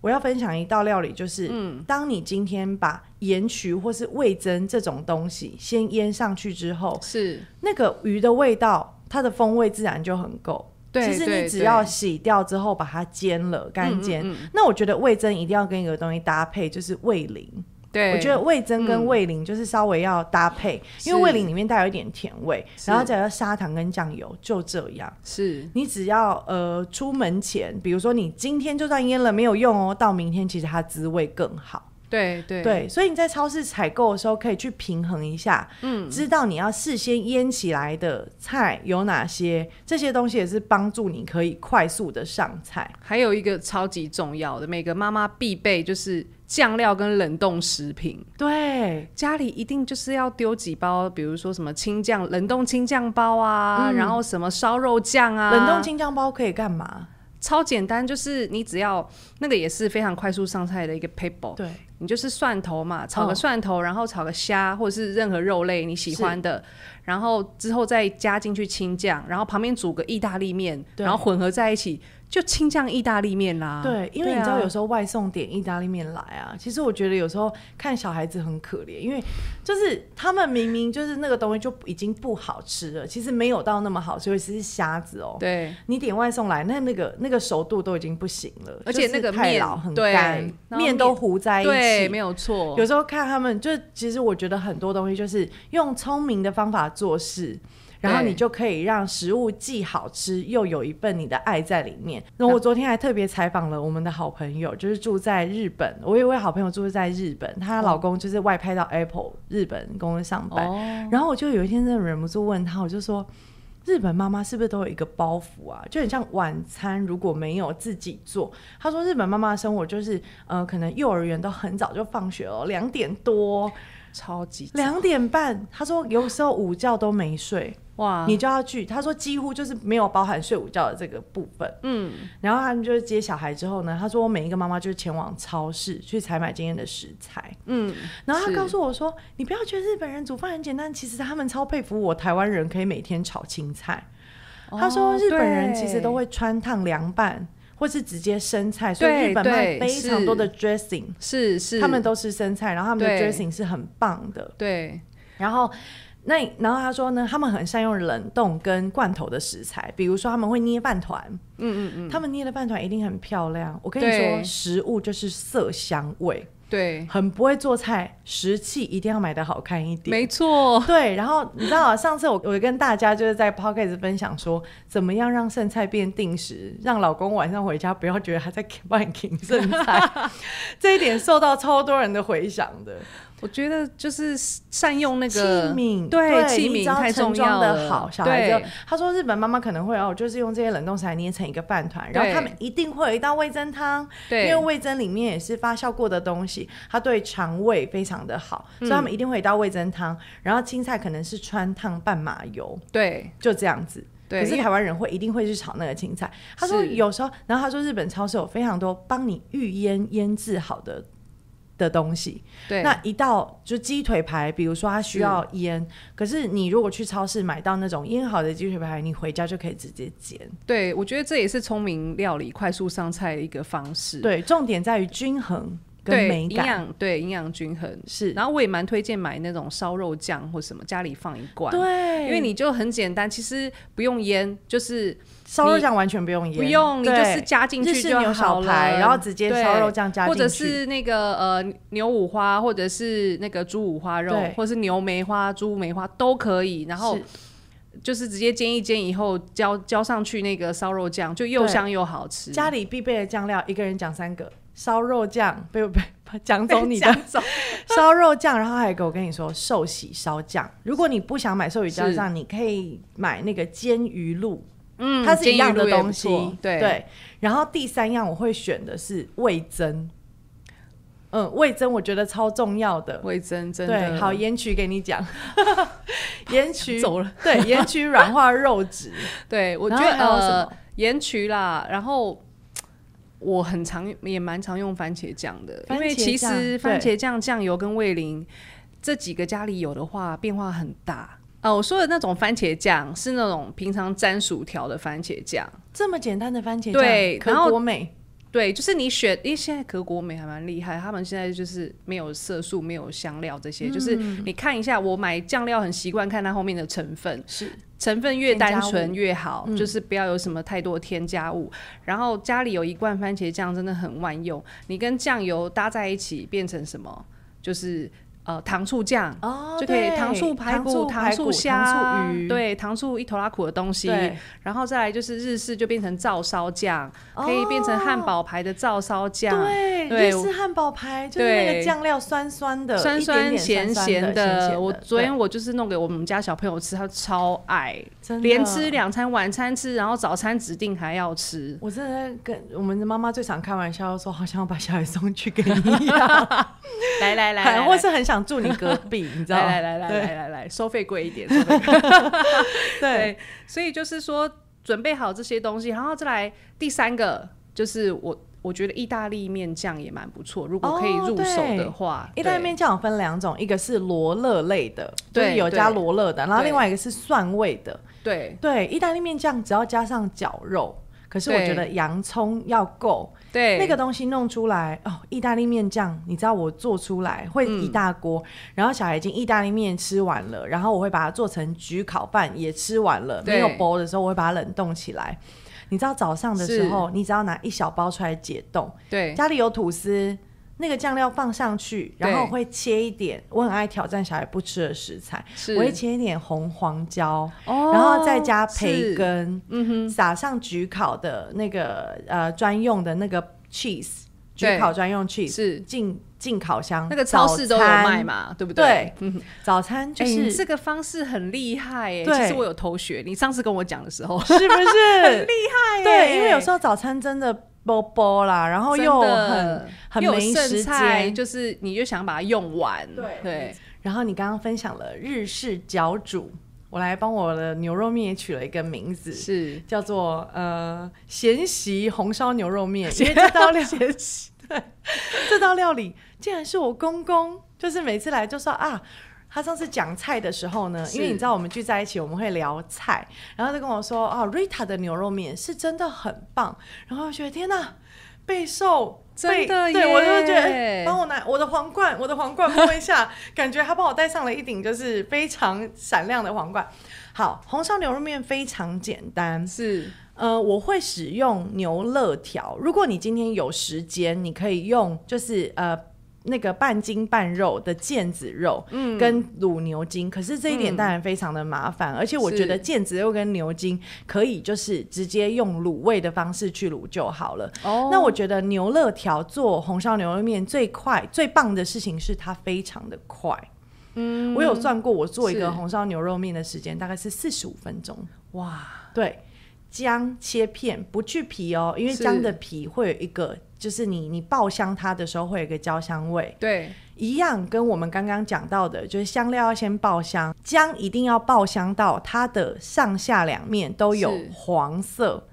S1: 我要分享一道料理，就是，
S2: 嗯
S1: 当你今天把盐曲或是味增这种东西先腌上去之后，
S2: 是
S1: 那个鱼的味道，它的风味自然就很够。
S2: 对
S1: 其实
S2: 对
S1: 你只要
S2: 对
S1: 洗掉之后把它煎了，干煎。
S2: 嗯
S1: 那我觉得味增一定要跟一个东西搭配，就是味淋。
S2: 对，嗯
S1: 我觉得味增跟味淋就是稍微要搭配，因为味淋里面带有一点甜味，然后
S2: 是
S1: 再加砂糖跟酱油，就这样。
S2: 是
S1: 你只要呃出门前，比如说你今天就算腌了没有用哦，到明天其实它滋味更好。
S2: 对对
S1: 对，所以你在超市采购的时候可以去平衡一下，嗯，知道你要事先腌起来的菜有哪些，这些东西也是帮助你可以快速的上菜。
S2: 还有一个超级重要的，每个妈妈必备就是酱料跟冷冻食品。
S1: 对，
S2: 家里一定就是要丢几包，比如说什么青酱、冷冻青酱包啊，然后什么烧肉酱啊，
S1: 嗯冷冻青酱包可以干嘛？
S2: 超简单，就是你只要那个也是非常快速上菜的一个 paper，
S1: 对，
S2: 你就是蒜头嘛，炒个
S1: 嗯
S2: 蒜头，然后炒个虾或者是任何肉类你喜欢的，然后之后再加进去青酱，然后旁边煮个意大利面，
S1: 对
S2: 然后混合在一起，就倾向意大利面啦。
S1: 对，因为你知道
S2: 啊
S1: 有时候外送点意大利面来啊，其实我觉得有时候看小孩子很可怜，因为就是他们明明就是那个东西就已经不好吃了，其实没有到那么好吃，尤其是虾子哦。
S2: 对，
S1: 你点外送来，那那个那个熟度都已经不行了，
S2: 而且
S1: 就是
S2: 那个
S1: 太
S2: 面
S1: 老很
S2: 对
S1: 干
S2: 然，后
S1: 面都糊在一起，
S2: 对，没有错。
S1: 有时候看他们，就其实我觉得很多东西就是用聪明的方法做事，然后
S2: 对
S1: 你就可以让食物既好吃又有一份你的爱在里面。那我昨天还特别采访了我们的好朋友，就是住在日本，我有一位好朋友住在日本，她老公就是外派到 Apple 日本公司上班，
S2: 哦，
S1: 然后我就有一天真的忍不住问他，我就说。日本妈妈是不是都有一个包袱啊？就很像晚餐如果没有自己做，他说日本妈妈的生活就是，呃，可能幼儿园都很早就放学了，两点多、
S2: 超级赞
S1: 两点半。他说有时候午觉都没睡，
S2: 哇，
S1: 你就要去。他说几乎就是没有包含睡午觉的这个部分。
S2: 嗯，
S1: 然后他们就是接小孩之后呢，他说我每一个妈妈就是前往超市去采买今天的食材。
S2: 嗯，
S1: 然后他
S2: 是
S1: 告诉我说：“你不要觉得日本人煮饭很简单，其实他们超佩服我台湾人可以每天炒青菜。他说
S2: 哦
S1: 日本人其实
S2: 对
S1: 都会穿烫凉拌，或是直接生菜，所以
S2: 对
S1: 日本卖
S2: 对
S1: 非常
S2: 是
S1: 多的 dressing，
S2: 是是，
S1: 他们都吃生菜，然后他们的
S2: 对
S1: dressing 是很棒的。
S2: 对
S1: 然后那然后他说呢，他们很善用冷冻跟罐头的食材，比如说他们会捏饭团，嗯嗯嗯，他们捏的饭团一定很漂亮。我跟你说，
S2: 对
S1: 食物就是色香味，
S2: 对，
S1: 很不会做菜，食器一定要买的好看一点。
S2: 没错，
S1: 对，然后你知道、啊， 上次我我跟大家就是在 p o c k e t 分享说，怎么样让剩菜变定时，让老公晚上回家不要觉得他在帮你停剩 菜，这一点受到超多人的回响的。
S2: 我觉得就是善用那
S1: 器
S2: 个
S1: 皿，
S2: 对
S1: 器
S2: 器
S1: 皿
S2: 皿太重要
S1: 的
S2: 了
S1: 好，小孩就
S2: 对
S1: 他说日本妈妈可能会哦，就是用这些冷冻食材捏成一个饭团，然后
S2: 对
S1: 他们一定会有一道味噌汤，
S2: 对
S1: 因为味噌里面也是发酵过的东西，它对肠胃非常的好，
S2: 嗯
S1: 所以他们一定会有一道味噌汤，然后青菜可能是川烫拌麻油，
S2: 对
S1: 就这样子。
S2: 对
S1: 可是
S2: 因为
S1: 台湾人会一定会去炒那个青菜。他说
S2: 是
S1: 有时候，然后他说日本超市有非常多帮你预腌腌制好的的东西，
S2: 对，嗯
S1: 那一道就鸡腿排，比如说它需要腌，可是你如果去超市买到那种腌好的鸡腿排，你回家就可以直接煎。
S2: 对我觉得这也是聪明料理快速上菜的一个方式，
S1: 对，重点在于均衡跟
S2: 对
S1: 美
S2: 营
S1: 感。
S2: 养对营养均衡。
S1: 是，
S2: 然后我也蛮推荐买那种烧肉酱或什么，家里放一罐。
S1: 对，
S2: 因为你就很简单，其实不用腌，就是
S1: 烧肉
S2: 你
S1: 酱完全不用腌，
S2: 不用，你就
S1: 对
S2: 是加进
S1: 日
S2: 去
S1: 式
S2: 就
S1: 牛小
S2: 好
S1: 排，
S2: 了，
S1: 然后直接
S2: 对
S1: 烧肉酱加进
S2: 或
S1: 去，
S2: 者是那个呃牛五花，或者是那个猪五花肉
S1: 对，
S2: 或是牛梅花、猪梅花都可以。然后嗯
S1: 是
S2: 就是直接煎一煎以后，浇浇上去那个烧肉酱，就又
S1: 对
S2: 香又好吃。
S1: 家里必备的酱料，一个人讲三个。烧肉酱， 不不不，讲
S2: 被
S1: 走 你的
S2: 抢走
S1: 烧肉酱，然后还有一个我跟你说寿喜烧酱。如果你不想买寿喜烧
S2: 是
S1: 酱，你可以买那个煎鱼露，
S2: 嗯，
S1: 它是一样
S2: 煎
S1: 的
S2: 鱼露也
S1: 东
S2: 不
S1: 西
S2: 错，对
S1: 然后第三样我会选的是味增，嗯，味增我觉得超重要的。
S2: 味增真
S1: 对，
S2: 的
S1: 好，盐曲给你 讲，盐曲
S2: 走了。
S1: 对，盐曲软化肉质。
S2: 对，我觉
S1: 然后
S2: 得
S1: 还有什
S2: 呃
S1: 么
S2: 盐曲啦，然后。我很常也蛮常用番茄酱的，
S1: 番
S2: 因为
S1: 茄
S2: 其
S1: 酱对
S2: 实番茄酱、酱油跟味淋这几个家里有的话，变化很大。呃，我说的那种番茄酱是那种平常沾薯条的番茄酱，
S1: 这么简单的番茄酱，
S2: 对
S1: 可
S2: 然后
S1: 国美
S2: 对，就是你选，因为现在可国美还蛮厉害，他们现在就是没有色素、没有香料这些，就是
S1: 嗯
S2: 你看一下，我买酱料很习惯看它后面的成分，
S1: 是
S2: 成分越
S1: 添加
S2: 单
S1: 物嗯
S2: 纯越好，就是不要有什么太多添加物。然后家里有一罐番茄酱真的很万用，你跟酱油搭在一起变成什么？就是呃糖醋酱。
S1: 哦
S2: 就可以
S1: 对
S2: 糖醋排骨、
S1: 糖
S2: 醋虾、
S1: 糖醋鱼，
S2: 对，糖醋一头拉苦的东西。
S1: 对，
S2: 然后再来就是日式，就变成照烧酱，
S1: 哦
S2: 可以变成汉堡排的照烧酱。
S1: 对，
S2: 对
S1: 日式汉堡排就是那个
S2: 对
S1: 酱料酸酸的，
S2: 酸
S1: 一点点
S2: 咸
S1: 酸
S2: 咸
S1: 的。咸咸
S2: 我昨
S1: 对
S2: 天我就是弄给我们家小朋友吃，他超爱，
S1: 真的
S2: 连吃两餐，晚餐吃，然后早餐指定还 要吃。
S1: 我真的在跟我们的妈妈最常开玩笑说，好想要把小孩送去给你一 样，
S2: 来来来
S1: 或是很想住你隔壁，你知道吗？
S2: 来来来来
S1: 对
S2: 来来来，收费贵一点，收费 贵
S1: 对，
S2: 对，所以就是说准备好这些东西，然后再来第三个就是我。我觉得意大利面酱也蛮不错，如果可以
S1: 哦
S2: 入手
S1: 对
S2: 的话，
S1: 意大利
S2: 对
S1: 面酱有分两种，一个是罗勒类的，就是
S2: 对
S1: 有加
S2: 对
S1: 罗勒的，然后
S2: 对
S1: 另外一个是蒜味的。
S2: 对
S1: 对，意大利面酱只要加上绞肉，可是我觉得洋葱要够，
S2: 对，
S1: 那个东西弄出来哦，意大利面酱，你知道我做出来会
S2: 嗯
S1: 一大锅，然后小孩已经意大利面吃完了，然后我会把它做成焗烤饭也吃完了，没有
S2: 对
S1: 包的时候我会把它冷冻起来。你知道早上的时
S2: 是
S1: 候，你只要拿一小包出来解冻，
S2: 对
S1: 家里有吐司，那个酱料放上去，然后
S2: 对
S1: 会切一点。我很爱挑战小孩不吃的食材，
S2: 是
S1: 我会切一点红黄椒，
S2: 哦
S1: 然后再加培
S2: 是嗯
S1: 根，撒上焗烤的那个呃专用的那个 cheese，焗
S2: 对
S1: 烤专用 cheese，
S2: 是
S1: 进进烤箱。
S2: 那个超市都有
S1: 嗯早餐
S2: 卖？嘛，对不
S1: 对
S2: 对？，
S1: 早餐就
S2: 哎
S1: 是
S2: 你这个方式很厉害哎，
S1: 对
S2: 其实我有偷学，你上次跟我讲的时候，
S1: 是不 是很厉
S2: 害
S1: 对，
S2: 耶
S1: 因为有时候早餐真的波波啦，然后又
S2: 真的
S1: 哦很很
S2: 又有
S1: 没
S2: 剩
S1: 时
S2: 菜，
S1: 间。
S2: 就是你就想把它用完，
S1: 对
S2: 对，
S1: 然后你刚刚分享了日式绞煮，我来帮我的牛肉面也取了一个名字，
S2: 是
S1: 叫做呃咸席红烧牛肉 面，因为这道料咸席，对， 这道料理竟然是我公公，就是每次来就说啊。他上次讲菜的时候呢，因为你
S2: 是
S1: 知道我们聚在一起，我们会聊菜，然后他就跟我说啊，Rita 的牛肉面是真的很棒，然后我觉得天哪，备受
S2: 真的
S1: 被对我就
S2: 耶
S1: 觉得哎帮我拿我的皇冠，我的皇冠摸一下，感觉他帮我戴上了一顶就是非常闪亮的皇冠。好，红烧牛肉面非常简单，
S2: 是
S1: 呃，我会使用牛肋条。如果你今天有时间，你可以用就是呃那个半筋半肉的腱子肉，嗯，跟卤牛筋。可是这一点当然非常的麻烦，而且我觉得
S2: 嗯是
S1: 腱子肉跟牛筋可以就是直接用卤味的方式去卤就好了。
S2: 哦
S1: 那我觉得牛肋条做红烧牛肉面最快最棒的事情是它非常的快。嗯，我有算过，我做一
S2: 是
S1: 个红烧牛肉面的时间大概是四十五分钟。
S2: 哇，
S1: 对，姜切片，不去皮哦，因为
S2: 是
S1: 姜的皮会有一个，就是你你爆香它的时候会有一个焦香味，
S2: 对，
S1: 一样跟我们刚刚讲到的，就是香料要先爆香，姜一定要爆香到它的上下两面都有
S2: 是
S1: 黄色，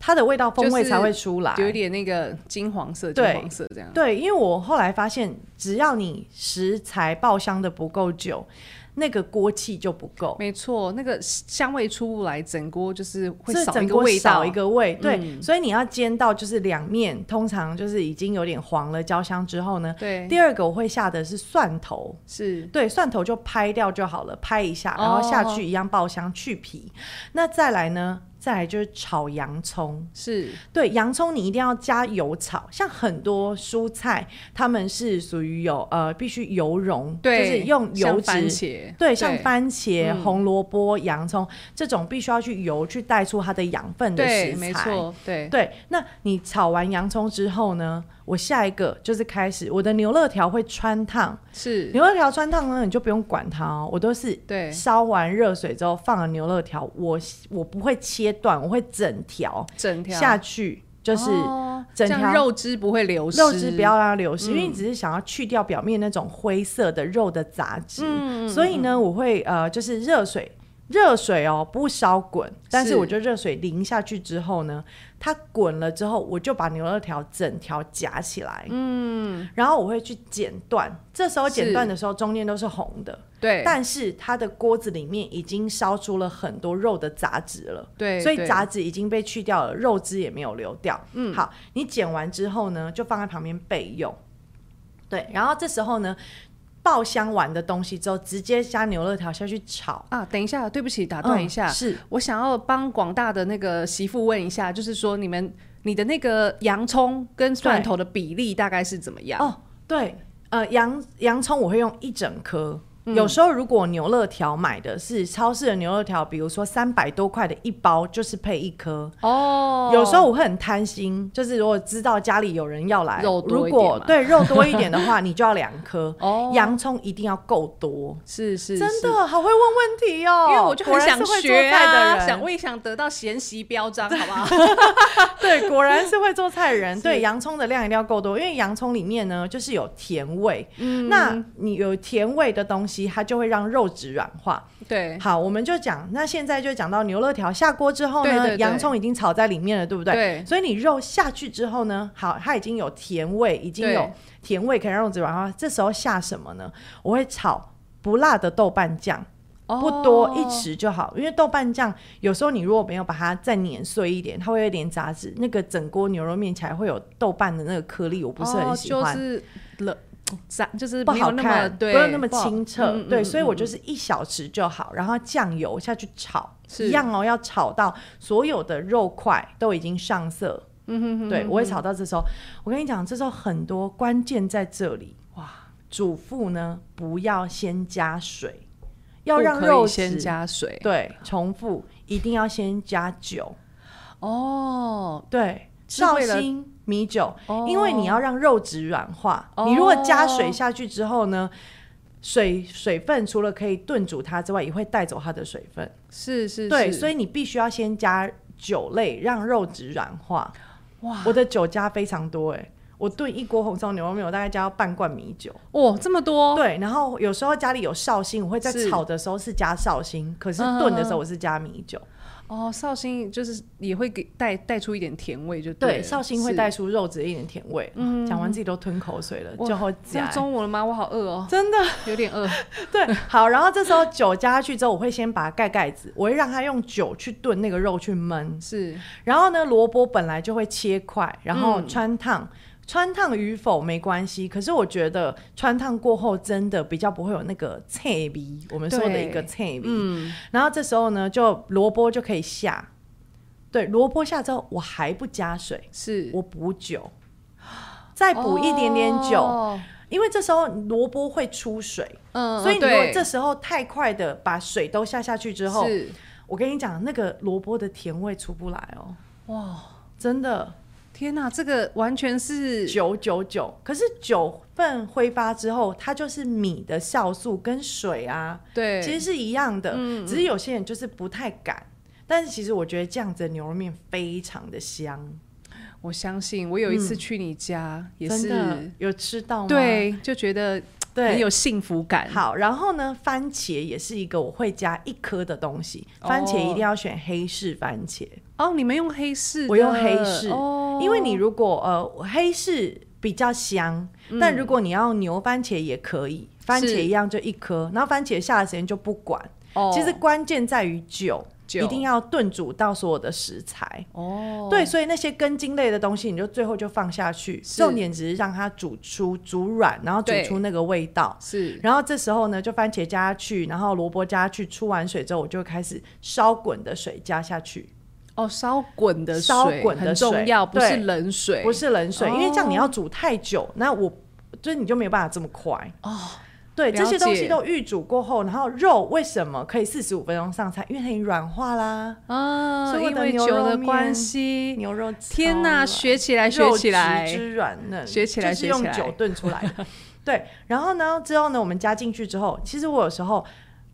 S1: 它的味道风味
S2: 就是
S1: 才会出来。
S2: 有一点那个金黄色、金
S1: 对
S2: 黄色这样，
S1: 对，因为我后来发现，只要你食材爆香的不够久，那个锅气就不够。
S2: 没错，那个香味出不来，整锅就是会
S1: 这
S2: 少
S1: 整
S2: 一个
S1: 锅
S2: 味道，嗯
S1: 少一个味，对，所以你要煎到就是两面，通常就是已经有点黄了焦香之后呢，
S2: 对，
S1: 第二个我会下的是蒜头，
S2: 是
S1: 对，蒜头就拍掉就好了，拍一下，
S2: 哦
S1: 然后下去一样爆香去皮。那再来呢？再来就是炒洋葱，
S2: 是
S1: 对，洋葱你一定要加油炒，像很多蔬菜，它们是属于有呃必须油溶，
S2: 对，
S1: 就是用油
S2: 像
S1: 脂
S2: 番茄，
S1: 对，像番茄、
S2: 嗯
S1: 红萝卜、洋葱这种必须要去油去带出它的养分的
S2: 对，
S1: 食材。
S2: 没错，对，
S1: 对，那你炒完洋葱之后呢？我下一个就是开始我的牛肋条会穿烫，
S2: 是，
S1: 牛肋条穿烫呢，你就不用管它哦，我都是
S2: 对，
S1: 烧完热水之后放了牛肋条，我我不会切断，我会整条
S2: 整条
S1: 下去，就是
S2: 哦
S1: 整
S2: 这样
S1: 条
S2: 肉汁不会流失，
S1: 肉汁不要让它流失，因为你只是想要去掉表面那种灰色的肉的杂质。所以呢，我会呃，就是热水，热水哦，不烧滚，但是
S2: 是
S1: 我就热水淋下去之后呢，它滚了之后，我就把牛肉条整条夹起来，嗯，然后我会去剪断。这时候剪
S2: 是哎
S1: 断的时候，中间都是红的，
S2: 对，
S1: 但是它的锅子里面已经烧出了很多肉的杂质了。
S2: 对，
S1: 所以
S2: 对
S1: 杂质已经被去掉了，肉汁也没有流掉。嗯，好，你剪完之后呢，就放在旁边备用。对，然后这时候呢，爆香完的东西之后，直接加牛肋条下去炒。
S2: 啊，等一下，对不起，打断一下，
S1: 嗯是
S2: 我想要帮广大的那个媳妇问一下，就是说你们你的那个洋葱跟蒜头的比例大概是怎么样？
S1: 哦对，呃，洋洋葱我会用一整颗。
S2: 嗯
S1: 有时候，如果牛肋条买的是超市的牛肋条，比如说三百多块的一包，就是配一颗。
S2: 哦
S1: 有时候我会很贪心，就是如果知道家里有人要来，
S2: 肉多
S1: 如
S2: 一点
S1: 果
S2: 嘛
S1: 对肉多一点的话，你就要两颗。
S2: 哦
S1: 洋葱一定要够多，
S2: 是是
S1: 真
S2: 是
S1: 的好会问问题哦。
S2: 因为我就
S1: 果
S2: 很
S1: 然
S2: 想
S1: 是会做
S2: 学
S1: 菜的
S2: 啊，
S1: 人，
S2: 想我也想得到贤习标章，好不好？
S1: 对，果然是会做菜的人。
S2: 是
S1: 对，洋葱的量一定要够多，因为洋葱里面呢就是有甜味，
S2: 嗯
S1: 那你有甜味的东西，它就会让肉质软化。
S2: 对
S1: 好，我们就讲，那现在就讲到牛肋条下锅之后呢，
S2: 对对对
S1: 洋葱已经炒在里面了，对不对？
S2: 对
S1: 所以你肉下去之后呢，好，它已经有甜味，已经
S2: 对
S1: 有甜味可以让肉质软化。这时候下什么呢？我会炒不辣的豆瓣酱。不多
S2: 哦
S1: 一匙就好，因为豆瓣酱有时候你如果没有把它再碾碎一点，它会有点杂质，那个整锅牛肉面起来会有豆瓣的那个颗粒，我不是很喜欢。
S2: 哦、就是了。沾就是
S1: 不
S2: 没有
S1: 好
S2: 那么
S1: 看，
S2: 对，
S1: 不用那么
S2: 不好
S1: 清澈，
S2: 嗯嗯
S1: 对，
S2: 嗯
S1: 所以我
S2: 嗯
S1: 就是一小匙就好，然后酱油下去炒，
S2: 是
S1: 一样哦，要炒到所有的肉块都已经上色，嗯哼哼，对我会炒到这时候，我跟你讲，这时候很多关键在这里，哇，主妇呢不要先加水，要
S2: 不
S1: 让
S2: 可以
S1: 肉
S2: 先
S1: 质
S2: 加水
S1: 对重复，一定要先加酒，
S2: 哦，
S1: 对，
S2: 是
S1: 绍
S2: 为了
S1: 兴米酒，
S2: 哦
S1: 因为你要让肉质软化。你如果加水下去之后呢，水水分除了可以炖煮它之外，也会带走它的水分。
S2: 是是
S1: 对，
S2: 是
S1: 所以你必须要先加酒类，让肉质软化。
S2: 哇
S1: 我的酒加非常多哎、我炖一锅红烧牛肉面，我大概加到半罐米酒。
S2: 哇这么多，
S1: 对，然后有时候家里有绍兴，我会在
S2: 哦是
S1: 炒的时候是加绍兴，可是
S2: 嗯嗯
S1: 炖的
S2: 嗯
S1: 时候我是加米酒。
S2: 哦，绍兴就是也会给带带出一点甜味就
S1: 对，
S2: 了
S1: 绍兴会
S2: 是嗯
S1: 带出肉质的一点甜味。讲完自己都吞口水了，
S2: 哇
S1: 就好
S2: 这
S1: 假。
S2: 中午了吗？我好饿哦，
S1: 真的
S2: 有 点饿。
S1: 对，好，然后这时候酒加下去之后，我会先把它盖盖子，我会让它用酒去炖那个肉去焖。
S2: 是
S1: 然后呢，萝卜本来就会切块，然后穿烫，穿烫与否没关系。可是我觉得穿烫过后真的比较不会有那个脆鼻，我们说的一个脆鼻。然后这时候呢，就萝卜就可以下。对，萝卜下之后，我还不加水，
S2: 是，
S1: 我补酒，再补一点点酒，
S2: 哦
S1: 因为这时候萝卜会出水，
S2: 嗯，
S1: 所以你如果
S2: 对
S1: 这时候太快的把水都下下去之后，
S2: 是
S1: 我跟你讲，那个萝卜的甜味出不来哦，
S2: 哇，
S1: 真的
S2: 天哪，这个完全是
S1: 九九九。可是九份挥发之后，它就是米的酵素跟水啊，
S2: 对，嗯
S1: 其实是一样的，只是有些人就是不太敢。但是其实我觉得这样子的牛肉面非常的香，
S2: 我相信，我有一次去你家、
S1: 嗯
S2: 也
S1: 真的
S2: 是，
S1: 有吃到吗？
S2: 对，就觉得
S1: 对，
S2: 很有幸福感。
S1: 好，然后呢，番茄也是一个我会加一颗的东西，番茄一定要选黑市番茄，
S2: 哦，你们用黑市的，
S1: 我用黑市，
S2: 哦，嗯
S1: 因为你如果呃黑市比较香，但如果你要牛番茄也可以，番茄
S2: 是
S1: 一样就一颗，然后番茄下的时间就不管，
S2: 哦
S1: 其实关键在于酒，
S2: 酒
S1: 一定要炖煮到所有的食材。
S2: 哦，
S1: 对，所以那些根茎类的东西，你就最后就放下去，
S2: 是
S1: 重点只是让它煮出煮软，然后煮
S2: 对
S1: 出那个味道。
S2: 是
S1: 然后这时候呢，就番茄加下去，然后萝卜加下去，出完水之后，我就开始烧滚的水加下去，
S2: 哦，烧滚的水
S1: 烧滚的
S2: 很重要，
S1: 水
S2: 不是
S1: 对
S2: 冷水，
S1: 不是冷水，
S2: 哦
S1: 因为这样你要煮太久，那我就是你就没有办法这么快哦。对，这
S2: 了
S1: 些
S2: 解
S1: 东西都预煮过后，然后肉为什么可以四十五分钟上菜？因为它已经软化啦，
S2: 啊，
S1: 所以我
S2: 因
S1: 的
S2: 为
S1: 牛
S2: 酒
S1: 肉
S2: 的关
S1: 面
S2: 系。
S1: 牛肉。
S2: 天
S1: 哪，
S2: 哪，学起来，学
S1: 肉
S2: 起
S1: 质
S2: 来，
S1: 之软嫩，
S2: 学起来
S1: 就是
S2: 学
S1: 用
S2: 起来
S1: 酒炖出来的。 对，然后呢，之后呢，我们加进去之后，其实我有时候，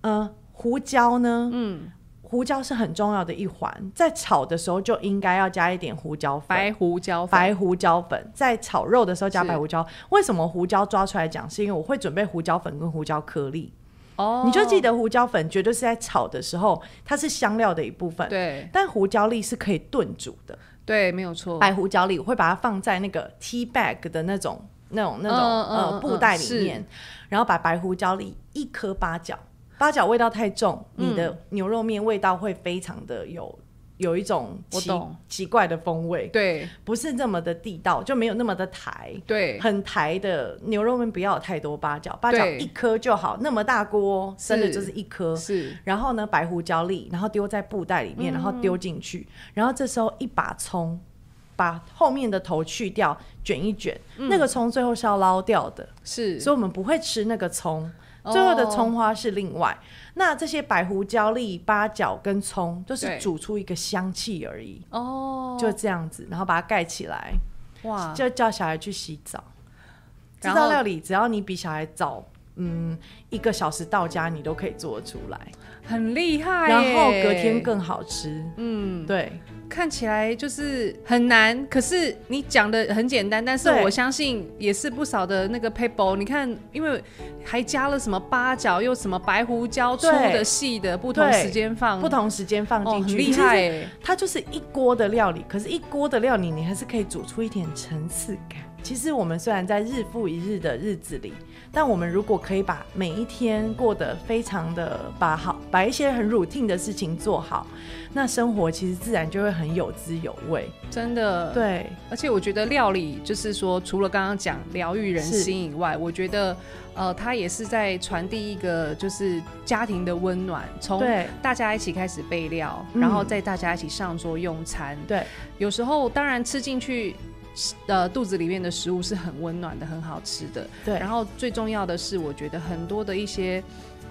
S1: 嗯、胡椒呢，嗯，胡椒是很重要的一环，在炒的时候就应该要加一点胡椒粉。
S2: 白胡椒粉，
S1: 白胡椒粉在炒肉的时候加
S2: 是
S1: 白胡椒，为什么胡椒抓出来讲？是因为我会准备胡椒粉跟胡椒颗粒，
S2: 哦，
S1: 你就记得胡椒粉绝对是在炒的时候，它是香料的一部分，
S2: 对
S1: 但胡椒粒是可以炖煮的。
S2: 对，没有错，
S1: 白胡椒粒，我会把它放在那个 tea bag 的那种、那种、那种、
S2: 嗯嗯
S1: 呃
S2: 嗯
S1: 布袋里面，然后把白胡椒粒一颗八角，八角味道太重，你
S2: 嗯
S1: 的牛肉面味道会非常的有有一种
S2: 我
S1: 奇
S2: 懂
S1: 奇怪的风味，
S2: 对
S1: 不是那么的地道，就没有那么的台。
S2: 对，
S1: 很台的牛肉面不要有太多八角，八角
S2: 对
S1: 一颗就好，那么大锅真的就是一颗。
S2: 是
S1: 然后呢，白胡椒粒，然后丢在布袋里面，
S2: 嗯
S1: 然后丢进去，然后这时候一把葱，把后面的头去掉，卷一卷，那个葱最后是要捞掉的，
S2: 嗯是，
S1: 所以我们不会吃那个葱。
S2: 哦
S1: 最后的葱花是另外，那这些白胡椒粒、八角跟葱，就是
S2: 对
S1: 煮出一个香气而已，
S2: 哦，
S1: 就这样子，然后把它盖起来，
S2: 哇，
S1: 就叫小孩去洗澡。这
S2: 啊然
S1: 道
S2: 后
S1: 料理只要你比小孩早嗯一个小时到家，你都可以做得出来。
S2: 很厉害耶，
S1: 然后隔天更好吃。嗯，对，
S2: 看起来就是很难，可是你讲的很简单，但是
S1: 对
S2: 我相信也是不少的那个 paper。你看，因为还加了什么八角，又什么白胡椒，粗
S1: 对
S2: 的、细的，不同
S1: 对
S2: 时间放，
S1: 不同时间放
S2: 哦，
S1: 进
S2: 很
S1: 去，
S2: 厉害。耶。
S1: 它就是一锅的料理，可是，一锅的料理你还是可以煮出一点层次感。其实我们虽然在日复一日的日子里，但我们如果可以把每一天过得非常的把好，把一些很 routine 的事情做好，那生活其实自然就会很有滋有味。
S2: 真的。，
S1: 对，
S2: 而且我觉得料理就是说，除了刚刚讲疗愈人心以外，我觉得呃，它也是在传递一个就是家庭的温暖，从
S1: 对，
S2: 大家一起开始备料，
S1: 嗯
S2: 然后再大家一起上桌用餐。
S1: 对，
S2: 有时候当然吃进去，呃，肚子里面的食物是很温暖的，很好吃的。
S1: 对
S2: 然后最重要的是，我觉得很多的一些。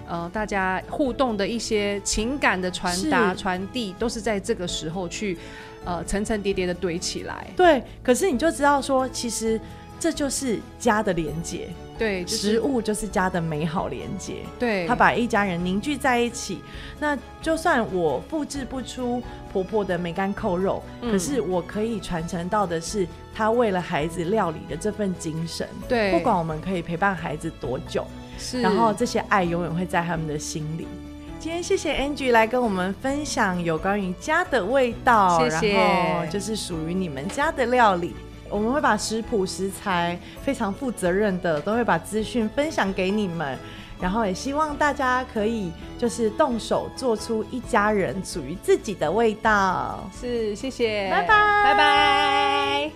S2: 呃，大家互动的一些情感的传达、
S1: 是
S2: 传递，都是在这个时候去，呃，层层叠叠的堆起来。
S1: 对。可是你就知道说，其实这就是家的连接，
S2: 对，就是
S1: 食物就是家的美好连接。
S2: 对，
S1: 他把一家人凝聚在一起。那就算我复制不出婆婆的梅干扣肉，
S2: 嗯
S1: 可是我可以传承到的是她为了孩子料理的这份精神。
S2: 对，
S1: 不管我们可以陪伴孩子多久，
S2: 是，
S1: 然后这些爱永远会在他们的心里。今天谢谢 Angie 来跟我们分享有关于家的味道，
S2: 谢谢
S1: 然后就是属于你们家的料理。我们会把食谱、食材非常负责任的，都会把资讯分享给你们。然后也希望大家可以就是动手做出一家人属于自己的味道。
S2: 是，谢谢，
S1: 拜拜
S2: 拜拜。